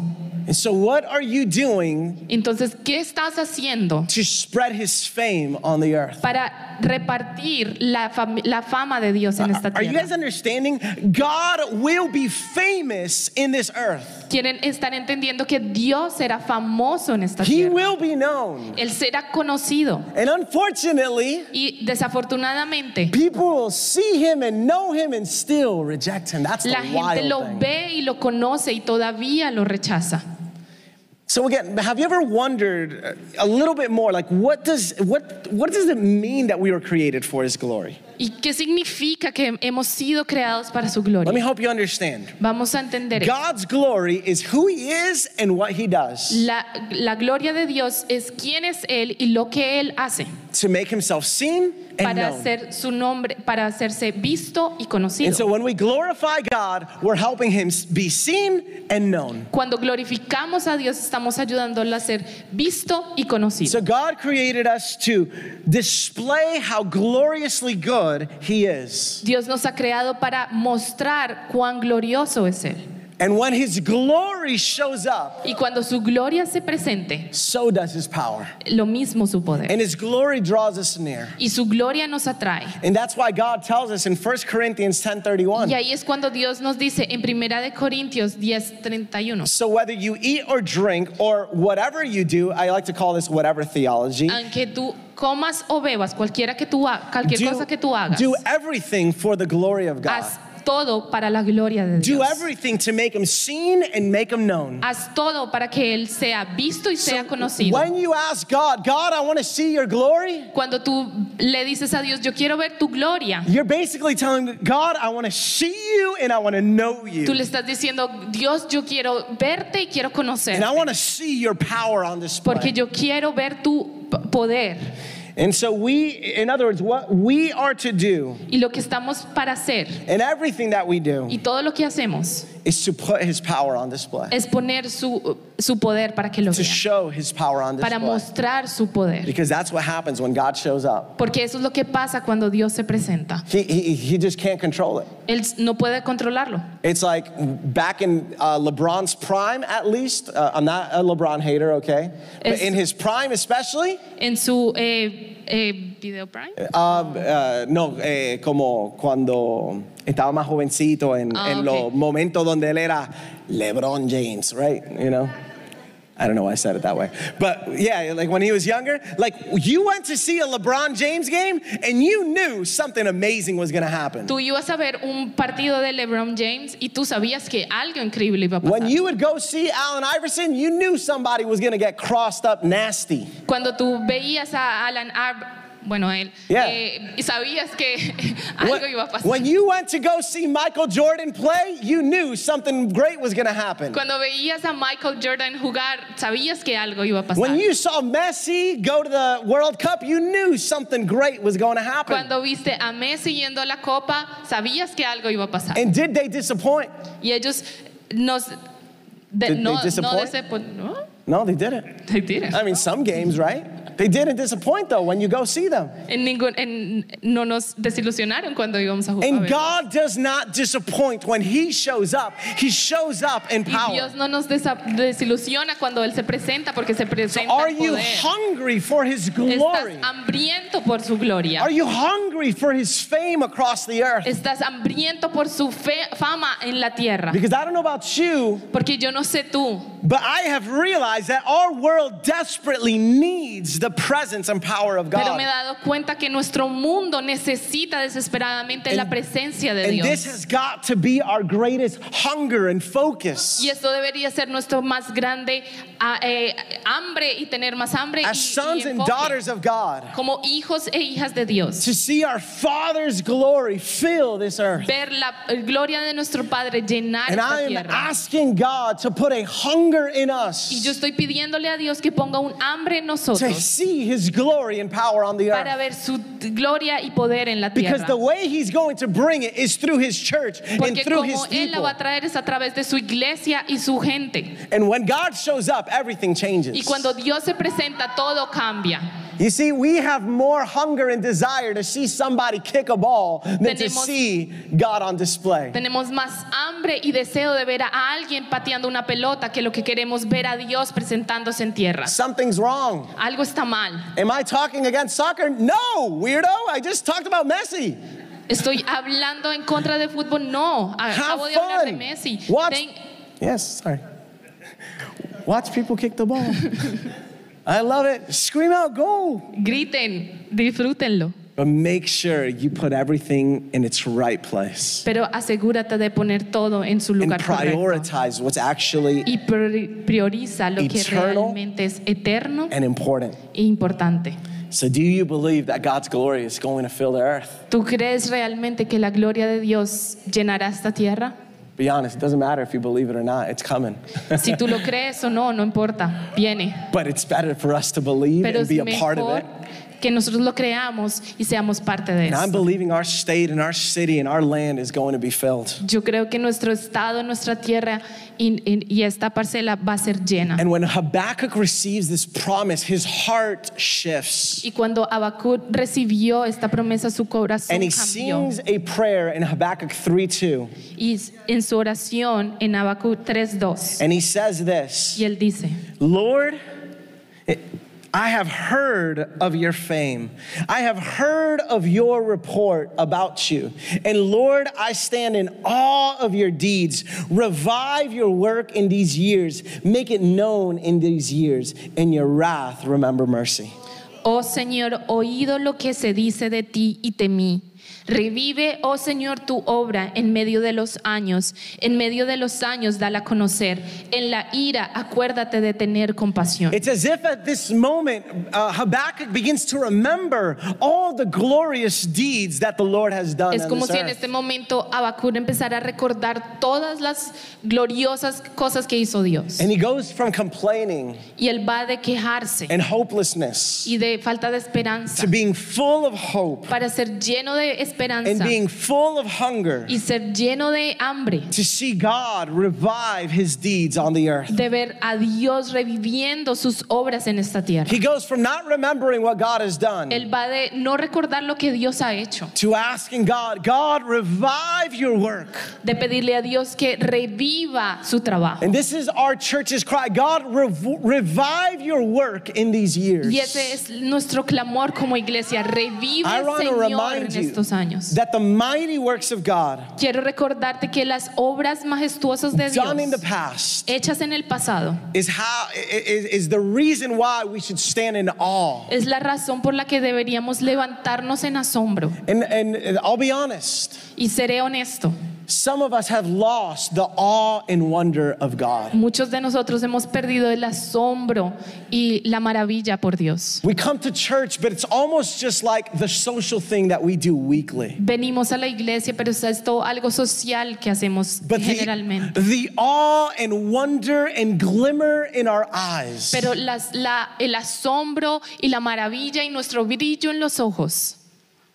Speaker 1: And so, what are you doing
Speaker 2: Entonces, ¿qué estás haciendo
Speaker 1: to spread His fame on the earth?
Speaker 2: para repartir la, fam- la fama de Dios en esta
Speaker 1: Are you guys
Speaker 2: tierra?
Speaker 1: understanding? God will be famous in this earth.
Speaker 2: Quieren estar entendiendo que Dios será famoso en esta
Speaker 1: He
Speaker 2: tierra.
Speaker 1: will be known.
Speaker 2: Él será conocido.
Speaker 1: And unfortunately,
Speaker 2: Y desafortunadamente,
Speaker 1: people will see him and know him and still reject him. That's the
Speaker 2: la gente
Speaker 1: wild
Speaker 2: lo
Speaker 1: thing.
Speaker 2: ve y lo conoce y todavía lo rechaza.
Speaker 1: So again, have you ever wondered uh, a little bit more like what does what what does it mean that we were created for his glory?
Speaker 2: ¿Y qué significa que hemos sido creados para su
Speaker 1: Let me
Speaker 2: gloria?
Speaker 1: help you understand.
Speaker 2: Vamos a entender. esto.
Speaker 1: God's glory is who he is and what he does
Speaker 2: La, la gloria de Dios es quién es Él y lo que Él hace
Speaker 1: to make himself seen and
Speaker 2: para
Speaker 1: known.
Speaker 2: hacer su nombre, para hacerse visto y
Speaker 1: And so
Speaker 2: conocido.
Speaker 1: when we glorify God, we're helping him be seen and known.
Speaker 2: Cuando glorificamos a Dios, estamos ayudándolo a ser visto y conocido.
Speaker 1: So God created us to display how gloriously good He is.
Speaker 2: Dios nos ha creado para mostrar cuán glorioso es Él.
Speaker 1: And when His glory shows up,
Speaker 2: Y cuando su gloria se presente,
Speaker 1: so does His power.
Speaker 2: lo mismo su poder.
Speaker 1: And His glory draws us near.
Speaker 2: Y su gloria nos atrae.
Speaker 1: And that's why God tells us in 1 Corinthians
Speaker 2: Y
Speaker 1: 10:31.
Speaker 2: ahí es cuando Dios nos dice en Primera de Corintios 10, 31.
Speaker 1: So whether you eat or drink or whatever you do, I like to call this whatever theology.
Speaker 2: Aunque tú comas o bebas, cualquiera que tú ha- Ah, cualquier cosa que tú hagas,
Speaker 1: do everything for the glory of God.
Speaker 2: haz todo para la gloria de
Speaker 1: Do
Speaker 2: Dios.
Speaker 1: everything to make him seen and make him known.
Speaker 2: Haz todo para que él sea visto y sea conocido.
Speaker 1: When you ask God, God, I want to see your glory,
Speaker 2: Cuando tú le dices a Dios, yo quiero ver tu gloria,
Speaker 1: You're basically telling him, God, I want to see you and I want to know
Speaker 2: tú le
Speaker 1: you.
Speaker 2: estás diciendo, Dios, yo quiero verte y quiero
Speaker 1: And
Speaker 2: conocer,
Speaker 1: I want to see your power on display.
Speaker 2: porque yo quiero ver tu p- poder.
Speaker 1: and so we, in other words, what we are to do
Speaker 2: Y lo que estamos para hacer
Speaker 1: and everything that we do
Speaker 2: y todo lo que hacemos
Speaker 1: is to put his power on display.
Speaker 2: es poner su, su poder para que lo
Speaker 1: To
Speaker 2: vean,
Speaker 1: show his power on
Speaker 2: para
Speaker 1: display.
Speaker 2: mostrar su poder.
Speaker 1: Because that's what happens when God shows up.
Speaker 2: Porque eso es lo que pasa cuando Dios se presenta.
Speaker 1: He, he, he just can't control it.
Speaker 2: Él no puede controlarlo.
Speaker 1: It's like back in uh, LeBron's prime, at least. Uh, I'm not a LeBron hater, okay? But
Speaker 2: Es-
Speaker 1: in his prime, especially.
Speaker 2: En su eh, eh, video prime.
Speaker 1: Ah, eh, no, eh, como cuando estaba más jovencito en,
Speaker 2: Ah,
Speaker 1: en
Speaker 2: ok.
Speaker 1: los momentos donde él era LeBron James, right? You know? I don't know why I said it that way. But yeah, like when he was younger, like you went to see a LeBron James game and you knew something amazing was going to happen.
Speaker 2: Tú ibas a ver un partido de LeBron James y tú sabías que algo increíble iba a pasar.
Speaker 1: When you would go see Allen Iverson, you knew somebody was going to get crossed up nasty.
Speaker 2: Cuando tú veías a Alan Ar- bueno, a él,
Speaker 1: Yeah.
Speaker 2: eh, y sabías que algo iba a pasar.
Speaker 1: when you went to go see Michael Jordan play, you knew something great was going to happen.
Speaker 2: Cuando veías a Michael Jordan jugar, sabías que algo iba a pasar.
Speaker 1: When you saw Messi go to the World Cup, you knew something great was going to happen.
Speaker 2: Cuando viste a Messi yendo a la copa, sabías que algo iba a pasar.
Speaker 1: And did they disappoint?
Speaker 2: y ellos nos de-
Speaker 1: Did they
Speaker 2: no, no
Speaker 1: disappoint?
Speaker 2: decepon- no,
Speaker 1: No, they didn't.
Speaker 2: they didn't.
Speaker 1: I mean, some games, right? They didn't disappoint though when you go see them.
Speaker 2: en ningún, en- no nos desilusionaron cuando íbamos a jugar. a
Speaker 1: And
Speaker 2: ver.
Speaker 1: God does not disappoint when He shows up. He shows up in
Speaker 2: y
Speaker 1: power.
Speaker 2: Dios no nos desa- desilusiona cuando él se presenta porque se presenta
Speaker 1: Are
Speaker 2: en
Speaker 1: you
Speaker 2: poder.
Speaker 1: hungry for His
Speaker 2: Estás
Speaker 1: glory?
Speaker 2: hambriento por su gloria.
Speaker 1: Are you hungry for His fame across the earth?
Speaker 2: Estás hambriento por su fe- fama en la tierra.
Speaker 1: Because I don't know about you,
Speaker 2: Porque yo no sé tú,
Speaker 1: but I have realized that our world desperately needs the presence and power of
Speaker 2: pero me
Speaker 1: God.
Speaker 2: he dado cuenta que nuestro mundo necesita desesperadamente la
Speaker 1: And-
Speaker 2: presencia de
Speaker 1: And this
Speaker 2: Dios.
Speaker 1: has got to be our greatest hunger and focus.
Speaker 2: Y esto debería ser nuestro más grande ah, eh, hambre y tener más hambre.
Speaker 1: As
Speaker 2: y- y,
Speaker 1: sons and
Speaker 2: enfoque.
Speaker 1: daughters of God,
Speaker 2: como hijos e hijas de Dios,
Speaker 1: to see our Father's glory fill this earth.
Speaker 2: ver la eh, gloria de nuestro Padre llenar
Speaker 1: And I
Speaker 2: esta
Speaker 1: am
Speaker 2: tierra.
Speaker 1: asking God to put a hunger in
Speaker 2: Y yo
Speaker 1: us
Speaker 2: estoy pidiéndole a Dios que ponga un hambre en
Speaker 1: to
Speaker 2: nosotros
Speaker 1: see His glory and power on the
Speaker 2: para
Speaker 1: earth.
Speaker 2: ver su t- gloria y poder en la
Speaker 1: Because
Speaker 2: tierra.
Speaker 1: the way He's going to bring it is through His church and
Speaker 2: Porque
Speaker 1: through His
Speaker 2: como Él la
Speaker 1: people.
Speaker 2: va a traer es a través de su iglesia y su gente.
Speaker 1: And when God shows up, everything
Speaker 2: Y
Speaker 1: changes.
Speaker 2: cuando Dios se presenta, todo cambia.
Speaker 1: You see, we have more hunger and desire to see somebody kick a ball than to
Speaker 2: Tenemos-
Speaker 1: see God on display.
Speaker 2: Tenemos más hambre y deseo de ver a alguien pateando una pelota que lo que queremos ver a Dios presentándose en tierra.
Speaker 1: Something's wrong.
Speaker 2: Algo está mal.
Speaker 1: Am I talking against soccer? No, weirdo. I just talked about Messi.
Speaker 2: Estoy hablando en contra de fútbol. No, acabo
Speaker 1: Have
Speaker 2: de hablar de
Speaker 1: fun.
Speaker 2: Messi.
Speaker 1: Watch.
Speaker 2: Ten-
Speaker 1: Yes, sorry. Watch people kick the ball. I love it. Scream out goal.
Speaker 2: griten, disfrútenlo.
Speaker 1: But make sure you put everything in its right place
Speaker 2: Pero asegúrate de poner todo en su
Speaker 1: and
Speaker 2: lugar correcto.
Speaker 1: prioritize what's actually
Speaker 2: Y priori- prioriza lo que
Speaker 1: Eternal.
Speaker 2: realmente es eterno
Speaker 1: and important.
Speaker 2: e importante.
Speaker 1: So, do you believe that God's glory is going to fill the earth?
Speaker 2: ¿Tú crees realmente que la gloria de Dios llenará esta tierra?
Speaker 1: Be honest, it doesn't matter if you believe it or not, it's coming.
Speaker 2: Si tú lo crees o no, no importa, viene.
Speaker 1: but it's better for us to believe
Speaker 2: Pero
Speaker 1: and
Speaker 2: es
Speaker 1: be a part of
Speaker 2: mejor
Speaker 1: it.
Speaker 2: que nosotros lo creamos y seamos parte de
Speaker 1: And I'm
Speaker 2: eso.
Speaker 1: believing our state and our city and our land is going to be filled.
Speaker 2: Yo creo que nuestro estado, nuestra tierra y, y- y esta parcela va a ser llena.
Speaker 1: And when Habakkuk receives this promise, his heart shifts.
Speaker 2: Y cuando Habacuc recibió esta promesa, su corazón
Speaker 1: And he
Speaker 2: cambió.
Speaker 1: sings a prayer in Habakkuk 3 2.
Speaker 2: Y s- en su oración en Habacuc 3:2,
Speaker 1: And he says this
Speaker 2: y él dice:
Speaker 1: Lord, I have heard of your fame. I have heard of your report about you. And Lord, I stand in awe of your deeds. Revive your work in these years, make it known in these years. In your wrath, remember mercy.
Speaker 2: Oh Señor, oído lo que se dice de ti y temí. Revive, oh Señor, tu obra en medio de los años. En medio de los años, dala a conocer. En la ira, acuérdate de tener compasión.
Speaker 1: It's as if at this moment, uh, Habakkuk begins to remember all the glorious deeds that the Lord has done.
Speaker 2: Es
Speaker 1: on
Speaker 2: como
Speaker 1: this
Speaker 2: si en
Speaker 1: earth.
Speaker 2: este momento Habacuc empezara a recordar todas las gloriosas cosas que hizo Dios.
Speaker 1: And he goes from complaining
Speaker 2: Y él va de quejarse
Speaker 1: and hopelessness
Speaker 2: y de falta de esperanza
Speaker 1: to being full of hope
Speaker 2: para ser lleno de
Speaker 1: and
Speaker 2: esperanza
Speaker 1: being full of hunger
Speaker 2: y ser lleno de hambre,
Speaker 1: to see God revive his deeds on the earth.
Speaker 2: de ver a Dios reviviendo sus obras en esta tierra.
Speaker 1: He goes from not remembering what God has done
Speaker 2: Él va de no recordar lo que Dios ha hecho,
Speaker 1: to asking God, God, revive your work.
Speaker 2: de pedirle a Dios que reviva su trabajo.
Speaker 1: And this is our church's cry God, rev- revive your work in these years.
Speaker 2: Y ese es nuestro clamor como iglesia. Revive,
Speaker 1: I wanna
Speaker 2: Señor,
Speaker 1: remind
Speaker 2: en
Speaker 1: you
Speaker 2: estos años.
Speaker 1: that the mighty works of God
Speaker 2: Quiero recordarte que las obras majestuosas de Dios
Speaker 1: done in the past
Speaker 2: hechas en el pasado
Speaker 1: is how i- i- is, is the reason why we should stand in awe.
Speaker 2: es la razón por la que deberíamos levantarnos en asombro.
Speaker 1: And, and and I'll be honest,
Speaker 2: Y seré honesto,
Speaker 1: some of us have lost the awe and wonder of God.
Speaker 2: muchos de nosotros hemos perdido el asombro y la maravilla por Dios.
Speaker 1: We come to church, but it's almost just like the social thing that we do weekly.
Speaker 2: Venimos a la iglesia, pero es esto algo social que hacemos
Speaker 1: But the,
Speaker 2: generalmente.
Speaker 1: the awe and wonder and glimmer in our eyes
Speaker 2: Pero las- la- el asombro y la maravilla y nuestro brillo en los ojos.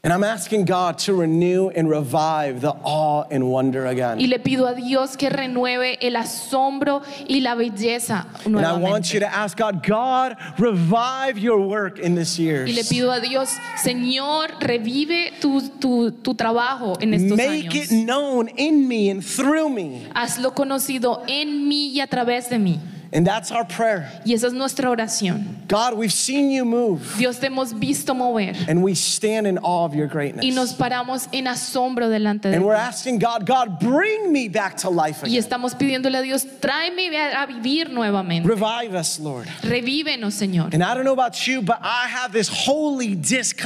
Speaker 1: And I'm asking God to renew and revive the awe and wonder
Speaker 2: Y
Speaker 1: again.
Speaker 2: le pido a Dios que renueve el asombro y la belleza
Speaker 1: And I want you
Speaker 2: nuevamente.
Speaker 1: to ask God, God, revive your work in this year.
Speaker 2: Y le pido a Dios, Señor, revive tu, tu, tu trabajo en estos
Speaker 1: Make it
Speaker 2: años.
Speaker 1: known in me and through me.
Speaker 2: Hazlo conocido en mí y a través de mí.
Speaker 1: And that's our prayer.
Speaker 2: Y esa es nuestra oración.
Speaker 1: God, we've seen you move
Speaker 2: Dios te hemos visto mover
Speaker 1: and we stand in awe of your
Speaker 2: y
Speaker 1: greatness.
Speaker 2: nos paramos en asombro delante de
Speaker 1: And
Speaker 2: ti.
Speaker 1: we're asking God, God, bring me back to life
Speaker 2: Y
Speaker 1: again.
Speaker 2: estamos pidiéndole a Dios, tráeme a a vivir nuevamente.
Speaker 1: Revive us, Lord.
Speaker 2: Revívenos, Señor.
Speaker 1: And I don't know about you, but I have this holy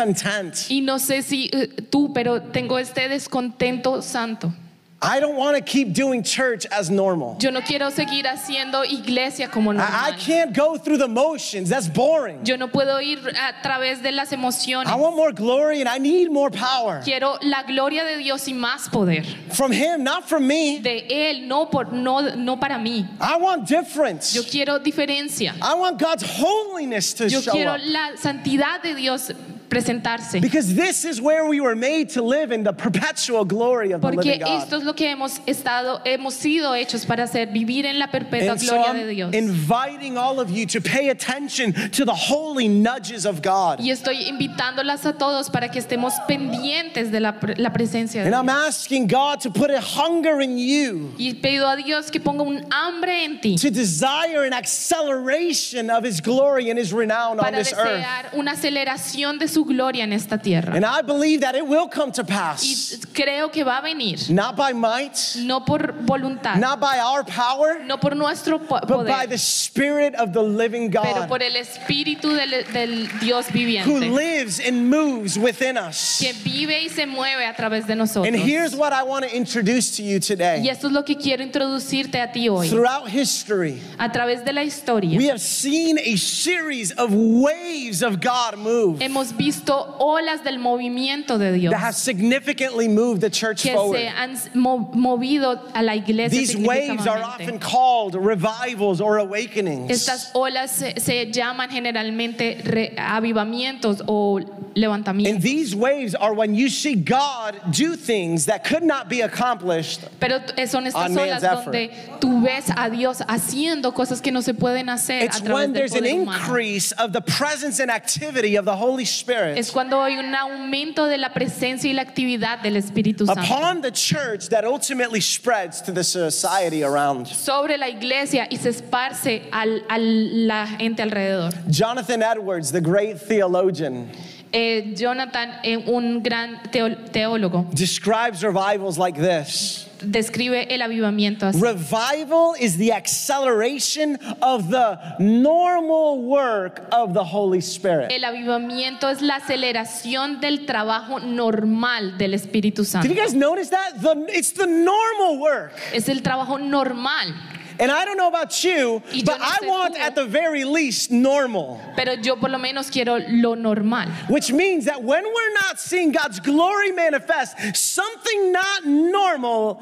Speaker 1: discontent.
Speaker 2: Y no sé si eh, tú, pero tengo este descontento santo.
Speaker 1: I don't want to keep doing church as normal.
Speaker 2: Yo no quiero seguir haciendo iglesia como
Speaker 1: I, I
Speaker 2: normal.
Speaker 1: can't go through the motions. That's boring.
Speaker 2: Yo no puedo ir a través de las emociones.
Speaker 1: I want more glory and I need more power
Speaker 2: Quiero la gloria de Dios y más poder
Speaker 1: from Him, not from me.
Speaker 2: de él, no por no no para mí.
Speaker 1: I want
Speaker 2: Yo
Speaker 1: difference.
Speaker 2: quiero diferencia.
Speaker 1: I want God's holiness to
Speaker 2: Yo
Speaker 1: show
Speaker 2: quiero
Speaker 1: up.
Speaker 2: la santidad de Dios presentarse.
Speaker 1: Because this is where we were made to live in the perpetual glory of the
Speaker 2: Porque
Speaker 1: living God.
Speaker 2: esto es lo que hemos estado, hemos sido hechos para hacer, vivir en la perpetua
Speaker 1: And so
Speaker 2: gloria
Speaker 1: I'm
Speaker 2: de Dios.
Speaker 1: inviting all of you to pay attention to the holy nudges of God.
Speaker 2: Y estoy invitándolas a todos para que estemos pendientes de la, pre- la presencia
Speaker 1: And
Speaker 2: de Dios.
Speaker 1: I'm asking God to put a hunger in you,
Speaker 2: Y pido a Dios que ponga un hambre en ti
Speaker 1: to desire an acceleration of His glory and His renown on
Speaker 2: para
Speaker 1: this earth.
Speaker 2: desear una aceleración de su gloria en esta tierra.
Speaker 1: And I believe that it will come to
Speaker 2: Y
Speaker 1: pass.
Speaker 2: creo que va a venir,
Speaker 1: Not by might,
Speaker 2: no por voluntad,
Speaker 1: not by our power,
Speaker 2: no por nuestro po-
Speaker 1: but by
Speaker 2: poder,
Speaker 1: the Spirit of the living
Speaker 2: pero
Speaker 1: God
Speaker 2: por el Espíritu del, del Dios
Speaker 1: who
Speaker 2: viviente
Speaker 1: lives and moves within us.
Speaker 2: que vive y se mueve a través de
Speaker 1: And
Speaker 2: nosotros.
Speaker 1: here's what I want to introduce to you
Speaker 2: Y
Speaker 1: today.
Speaker 2: esto es lo que quiero introducirte a ti hoy.
Speaker 1: Throughout history,
Speaker 2: A través de la historia
Speaker 1: we have seen a series of waves of God move
Speaker 2: hemos visto olas del movimiento de Dios
Speaker 1: that have significantly moved the church
Speaker 2: que se
Speaker 1: forward.
Speaker 2: han mo- movido a la iglesia.
Speaker 1: These waves are
Speaker 2: significativamente.
Speaker 1: often called revivals or awakenings.
Speaker 2: Estas olas se, se llaman generalmente re- avivamientos o
Speaker 1: And
Speaker 2: levantamientos.
Speaker 1: these waves are when you see God do things that could not be accomplished.
Speaker 2: Pero t- son estas
Speaker 1: on man's
Speaker 2: olas donde tú ves a Dios haciendo cosas que no se pueden hacer
Speaker 1: It's
Speaker 2: a través
Speaker 1: when
Speaker 2: del
Speaker 1: there's an
Speaker 2: poder humano.
Speaker 1: increase of the presence and activity of the Holy Spirit
Speaker 2: Es cuando hay un aumento de la presencia y la actividad del Espíritu Santo
Speaker 1: upon the church that ultimately spreads to the society around.
Speaker 2: sobre la iglesia y se esparce al- a la gente alrededor.
Speaker 1: Jonathan Edwards, the great theologian,
Speaker 2: Eh, Jonathan, eh, un gran teo- teólogo,
Speaker 1: describes revivals like this
Speaker 2: describe el avivamiento así.
Speaker 1: Revival is the acceleration of the normal work of the Holy Spirit.
Speaker 2: El avivamiento es la aceleración del trabajo normal del
Speaker 1: Did you
Speaker 2: Espíritu Santo.
Speaker 1: guys notice that? The, it's the normal work.
Speaker 2: Es el trabajo normal.
Speaker 1: And I don't know about you,
Speaker 2: Y yo
Speaker 1: but
Speaker 2: no
Speaker 1: I
Speaker 2: sé
Speaker 1: want
Speaker 2: tú.
Speaker 1: at the very least normal,
Speaker 2: Pero yo por lo menos quiero lo normal.
Speaker 1: which means that when we're not seeing God's glory manifest, something not normal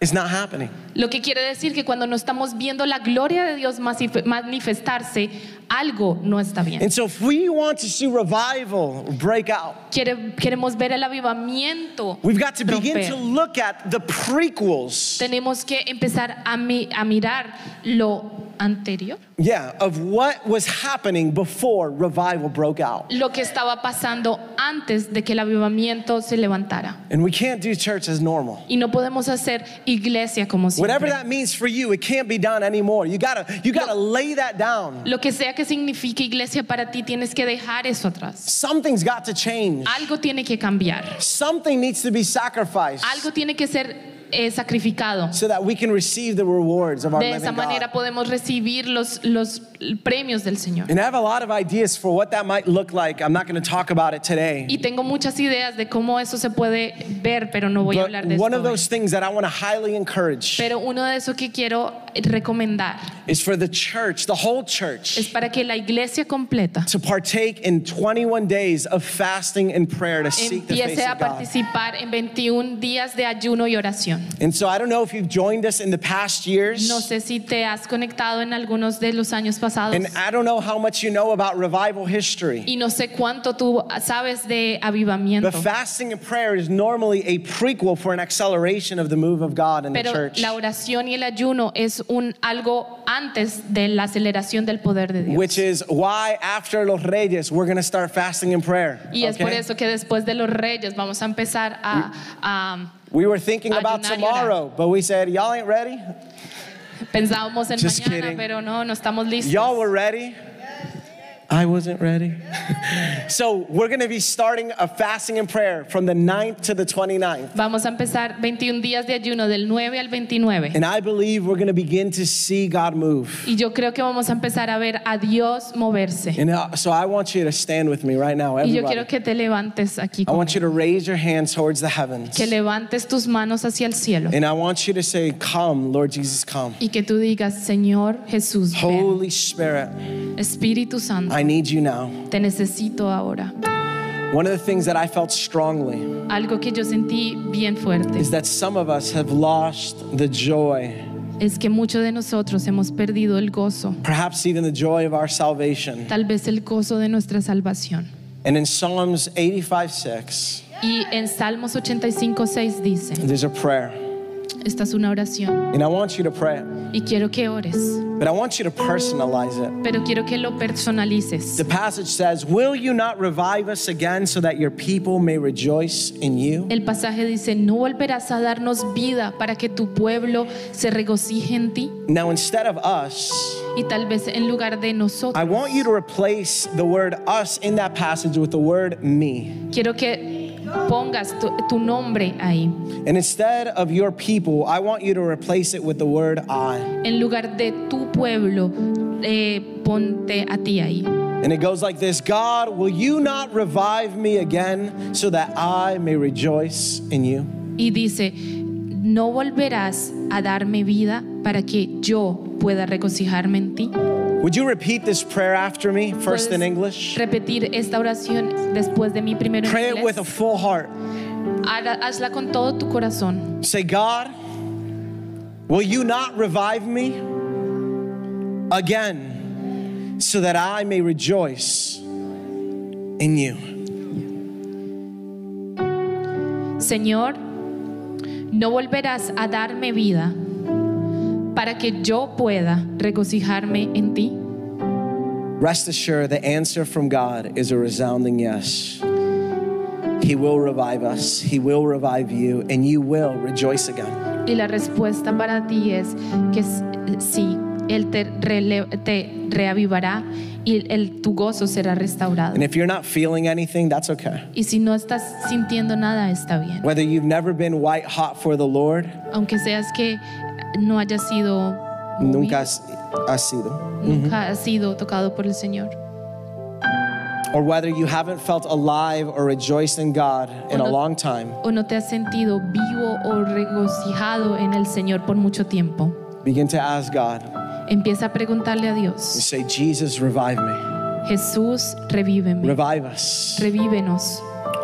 Speaker 1: is not happening.
Speaker 2: Lo que quiere decir que cuando no estamos viendo la gloria de Dios masif- manifestarse, algo no está bien.
Speaker 1: And so if we want to see revival break out,
Speaker 2: Quiere- queremos ver el avivamiento.
Speaker 1: we've got to begin
Speaker 2: romper.
Speaker 1: to look at the prequels
Speaker 2: Tenemos que empezar a, mi- a mirar lo anterior,
Speaker 1: yeah, of what was happening before revival broke out.
Speaker 2: lo que estaba pasando antes de que el avivamiento se levantara.
Speaker 1: And we can't do church as normal.
Speaker 2: Y no podemos hacer iglesia como
Speaker 1: Whatever
Speaker 2: siempre.
Speaker 1: that means for you, it can't be done anymore. You gotta, you gotta lay that down.
Speaker 2: Lo que sea que signifique iglesia para ti, tienes que dejar eso atrás.
Speaker 1: Something's got to change.
Speaker 2: Algo tiene que cambiar.
Speaker 1: Something needs to be sacrificed
Speaker 2: Algo tiene que ser eh, sacrificado.
Speaker 1: so that we can receive the rewards of our
Speaker 2: De esa
Speaker 1: living
Speaker 2: manera
Speaker 1: God.
Speaker 2: podemos recibir los, los premios del Señor.
Speaker 1: And I have a lot of ideas for what that might look like. I'm not going to talk about it today.
Speaker 2: Y tengo muchas ideas de cómo eso se puede ver, pero no voy a hablar
Speaker 1: But
Speaker 2: de
Speaker 1: one of
Speaker 2: eso.
Speaker 1: those things that I want to highly encourage
Speaker 2: Pero uno de esos que quiero recomendar
Speaker 1: is for the church, the whole church,
Speaker 2: es para que la iglesia completa
Speaker 1: to partake in 21 days of fasting and prayer to seek the face
Speaker 2: empiece a
Speaker 1: of God.
Speaker 2: participar en 21 días de ayuno y oración.
Speaker 1: And so I don't know if you've joined us in the past years.
Speaker 2: No sé si te has conectado en algunos de los años pasados
Speaker 1: And I don't know how much you know about revival history.
Speaker 2: y no sé cuánto tú sabes de avivamiento.
Speaker 1: But fasting and prayer is normally a prequel for an acceleration of the move of God in the
Speaker 2: Pero
Speaker 1: church,
Speaker 2: la oración y el ayuno es un algo antes de la aceleración del poder de Dios.
Speaker 1: which is why after Los Reyes, we're going to start fasting and prayer.
Speaker 2: y es por
Speaker 1: okay?
Speaker 2: eso que después de los reyes vamos a empezar a, a-
Speaker 1: We were thinking about
Speaker 2: Ayunar y orar.
Speaker 1: tomorrow, but we said, y'all ain't ready.
Speaker 2: pensábamos en
Speaker 1: Just
Speaker 2: mañana,
Speaker 1: kidding.
Speaker 2: pero no, no estamos listos.
Speaker 1: Y'all were ready. I wasn't ready. so we're going to be starting a fasting and prayer from the 9th to the 29th.
Speaker 2: vamos a empezar 21 días de ayuno del 9 al 29.
Speaker 1: And I believe we're going to begin to see God move.
Speaker 2: y yo creo que vamos a empezar a ver a Dios moverse.
Speaker 1: And uh, so I want you to stand with me right now,
Speaker 2: Y yo
Speaker 1: everybody.
Speaker 2: quiero que te levantes aquí,
Speaker 1: I
Speaker 2: conmigo.
Speaker 1: want you to raise your hands towards the heavens.
Speaker 2: que levantes tus manos hacia el cielo
Speaker 1: And I want you to say, Come, Lord Jesus, come.
Speaker 2: y que tú digas, Señor Jesús, ven.
Speaker 1: Holy Spirit,
Speaker 2: Espíritu Santo,
Speaker 1: I need you now.
Speaker 2: te necesito ahora.
Speaker 1: One of the things that I felt strongly
Speaker 2: Algo que yo sentí bien fuerte
Speaker 1: is that some of us have lost the joy,
Speaker 2: es que muchos de nosotros hemos perdido el gozo,
Speaker 1: perhaps even the joy of our salvation.
Speaker 2: tal vez el gozo de nuestra salvación.
Speaker 1: And in Psalms 85 6,
Speaker 2: Y en Salmos 85:6 dice,
Speaker 1: there's a prayer.
Speaker 2: esta es una oración
Speaker 1: And I want you to pray it,
Speaker 2: y quiero que ores,
Speaker 1: but I want you to personalize it.
Speaker 2: pero quiero que lo personalices.
Speaker 1: The passage says, Will you not revive us again so that your people may rejoice in you?
Speaker 2: El pasaje dice, no volverás a darnos vida para que tu pueblo se regocije en ti.
Speaker 1: Now, instead of us,
Speaker 2: Y tal vez en lugar de
Speaker 1: I
Speaker 2: nosotros,
Speaker 1: want you to replace the word us in that passage with the word me.
Speaker 2: quiero que pongas tu, tu nombre ahí.
Speaker 1: And instead of your people, I want you to replace it with the word I.
Speaker 2: En lugar de tu pueblo, eh, ponte a ti ahí.
Speaker 1: And it goes like this God, will you not revive me again so that I may rejoice in you?
Speaker 2: Y dice, no volverás a darme vida para que yo pueda regocijarme en ti.
Speaker 1: Would you repeat this prayer after me, first in
Speaker 2: Puedes
Speaker 1: English?
Speaker 2: Repetir esta oración después de mi primero en
Speaker 1: Pray it
Speaker 2: inglés.
Speaker 1: with a full heart.
Speaker 2: Hara- Hazla con todo tu corazón.
Speaker 1: Say, God, will you not revive me again so that I may rejoice in you?
Speaker 2: Señor, no volverás a darme vida para que yo pueda regocijarme en ti.
Speaker 1: Rest assured, the answer from God is a resounding yes. He will revive us, He will revive you, and you will rejoice again.
Speaker 2: Y la respuesta para ti es que s- sí, Él te, rele- te reavivará y el, tu gozo será restaurado.
Speaker 1: And if you're not feeling anything, that's okay.
Speaker 2: Y si no estás sintiendo nada, está bien.
Speaker 1: Whether you've never been white hot for the Lord,
Speaker 2: Aunque seas que no haya sido,
Speaker 1: nunca
Speaker 2: movido,
Speaker 1: has, has sido,
Speaker 2: nunca has sido tocado por el Señor.
Speaker 1: or whether you haven't felt alive or rejoiced in God in a
Speaker 2: Uno-
Speaker 1: long time,
Speaker 2: O no te has sentido vivo o regocijado en el Señor por mucho tiempo.
Speaker 1: begin to ask God
Speaker 2: Empieza a preguntarle a
Speaker 1: and
Speaker 2: Dios,
Speaker 1: say, Jesus, revive me,
Speaker 2: Jesús, revíveme,
Speaker 1: revive us.
Speaker 2: revívenos.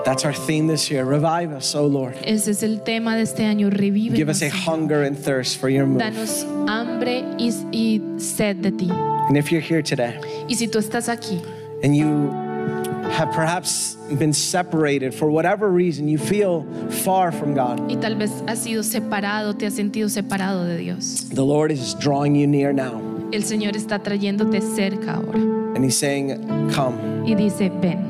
Speaker 1: That's our theme this year. Revive us, oh Lord.
Speaker 2: Ese es el tema de este año, revívenos.
Speaker 1: Give us a
Speaker 2: Señor.
Speaker 1: hunger and thirst for your move.
Speaker 2: Danos hambre y, y sed de ti.
Speaker 1: And if you're here today,
Speaker 2: Y si tú estás aquí
Speaker 1: and you have perhaps been separated for whatever reason, you feel far from God,
Speaker 2: y tal vez has sido separado, te has sentido separado de Dios,
Speaker 1: the Lord is drawing you near now.
Speaker 2: El Señor está trayéndote cerca ahora
Speaker 3: and He's saying, Come.
Speaker 2: y dice, ven,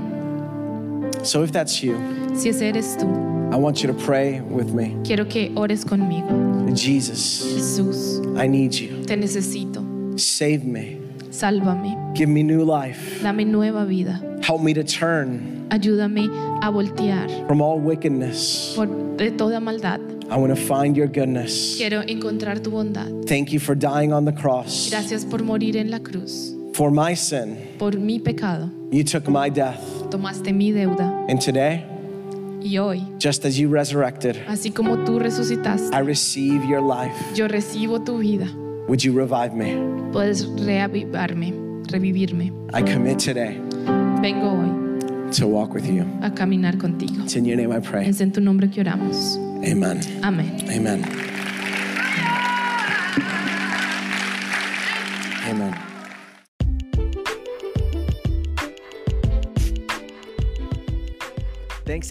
Speaker 3: So if that's you,
Speaker 2: si ese eres tú,
Speaker 3: I want you to pray with me.
Speaker 2: quiero que ores conmigo.
Speaker 3: Jesus,
Speaker 2: Jesús,
Speaker 3: I need you.
Speaker 2: te necesito,
Speaker 3: Save me.
Speaker 2: sálvame,
Speaker 3: Give me new life.
Speaker 2: dame nueva vida,
Speaker 3: Help me to turn
Speaker 2: ayúdame a voltear
Speaker 3: from all wickedness.
Speaker 2: por, de toda maldad.
Speaker 3: I want to find your goodness.
Speaker 2: Quiero encontrar tu bondad.
Speaker 3: Thank you for dying on the cross.
Speaker 2: Gracias por morir en la cruz,
Speaker 3: For my sin,
Speaker 2: por mi pecado.
Speaker 3: you took my death.
Speaker 2: Tomaste mi deuda
Speaker 3: And today,
Speaker 2: y hoy,
Speaker 3: just as you resurrected,
Speaker 2: así como tú resucitaste,
Speaker 3: I receive your life.
Speaker 2: yo recibo tu vida.
Speaker 3: Would you revive me?
Speaker 2: Puedes reavivarme, revivirme.
Speaker 3: I commit today
Speaker 2: Vengo hoy
Speaker 3: to walk with you.
Speaker 2: a caminar contigo.
Speaker 3: It's in your name I pray.
Speaker 2: Es en tu nombre que oramos.
Speaker 3: Amen.
Speaker 2: Amén.
Speaker 3: Amen. Amen.
Speaker 1: Thanks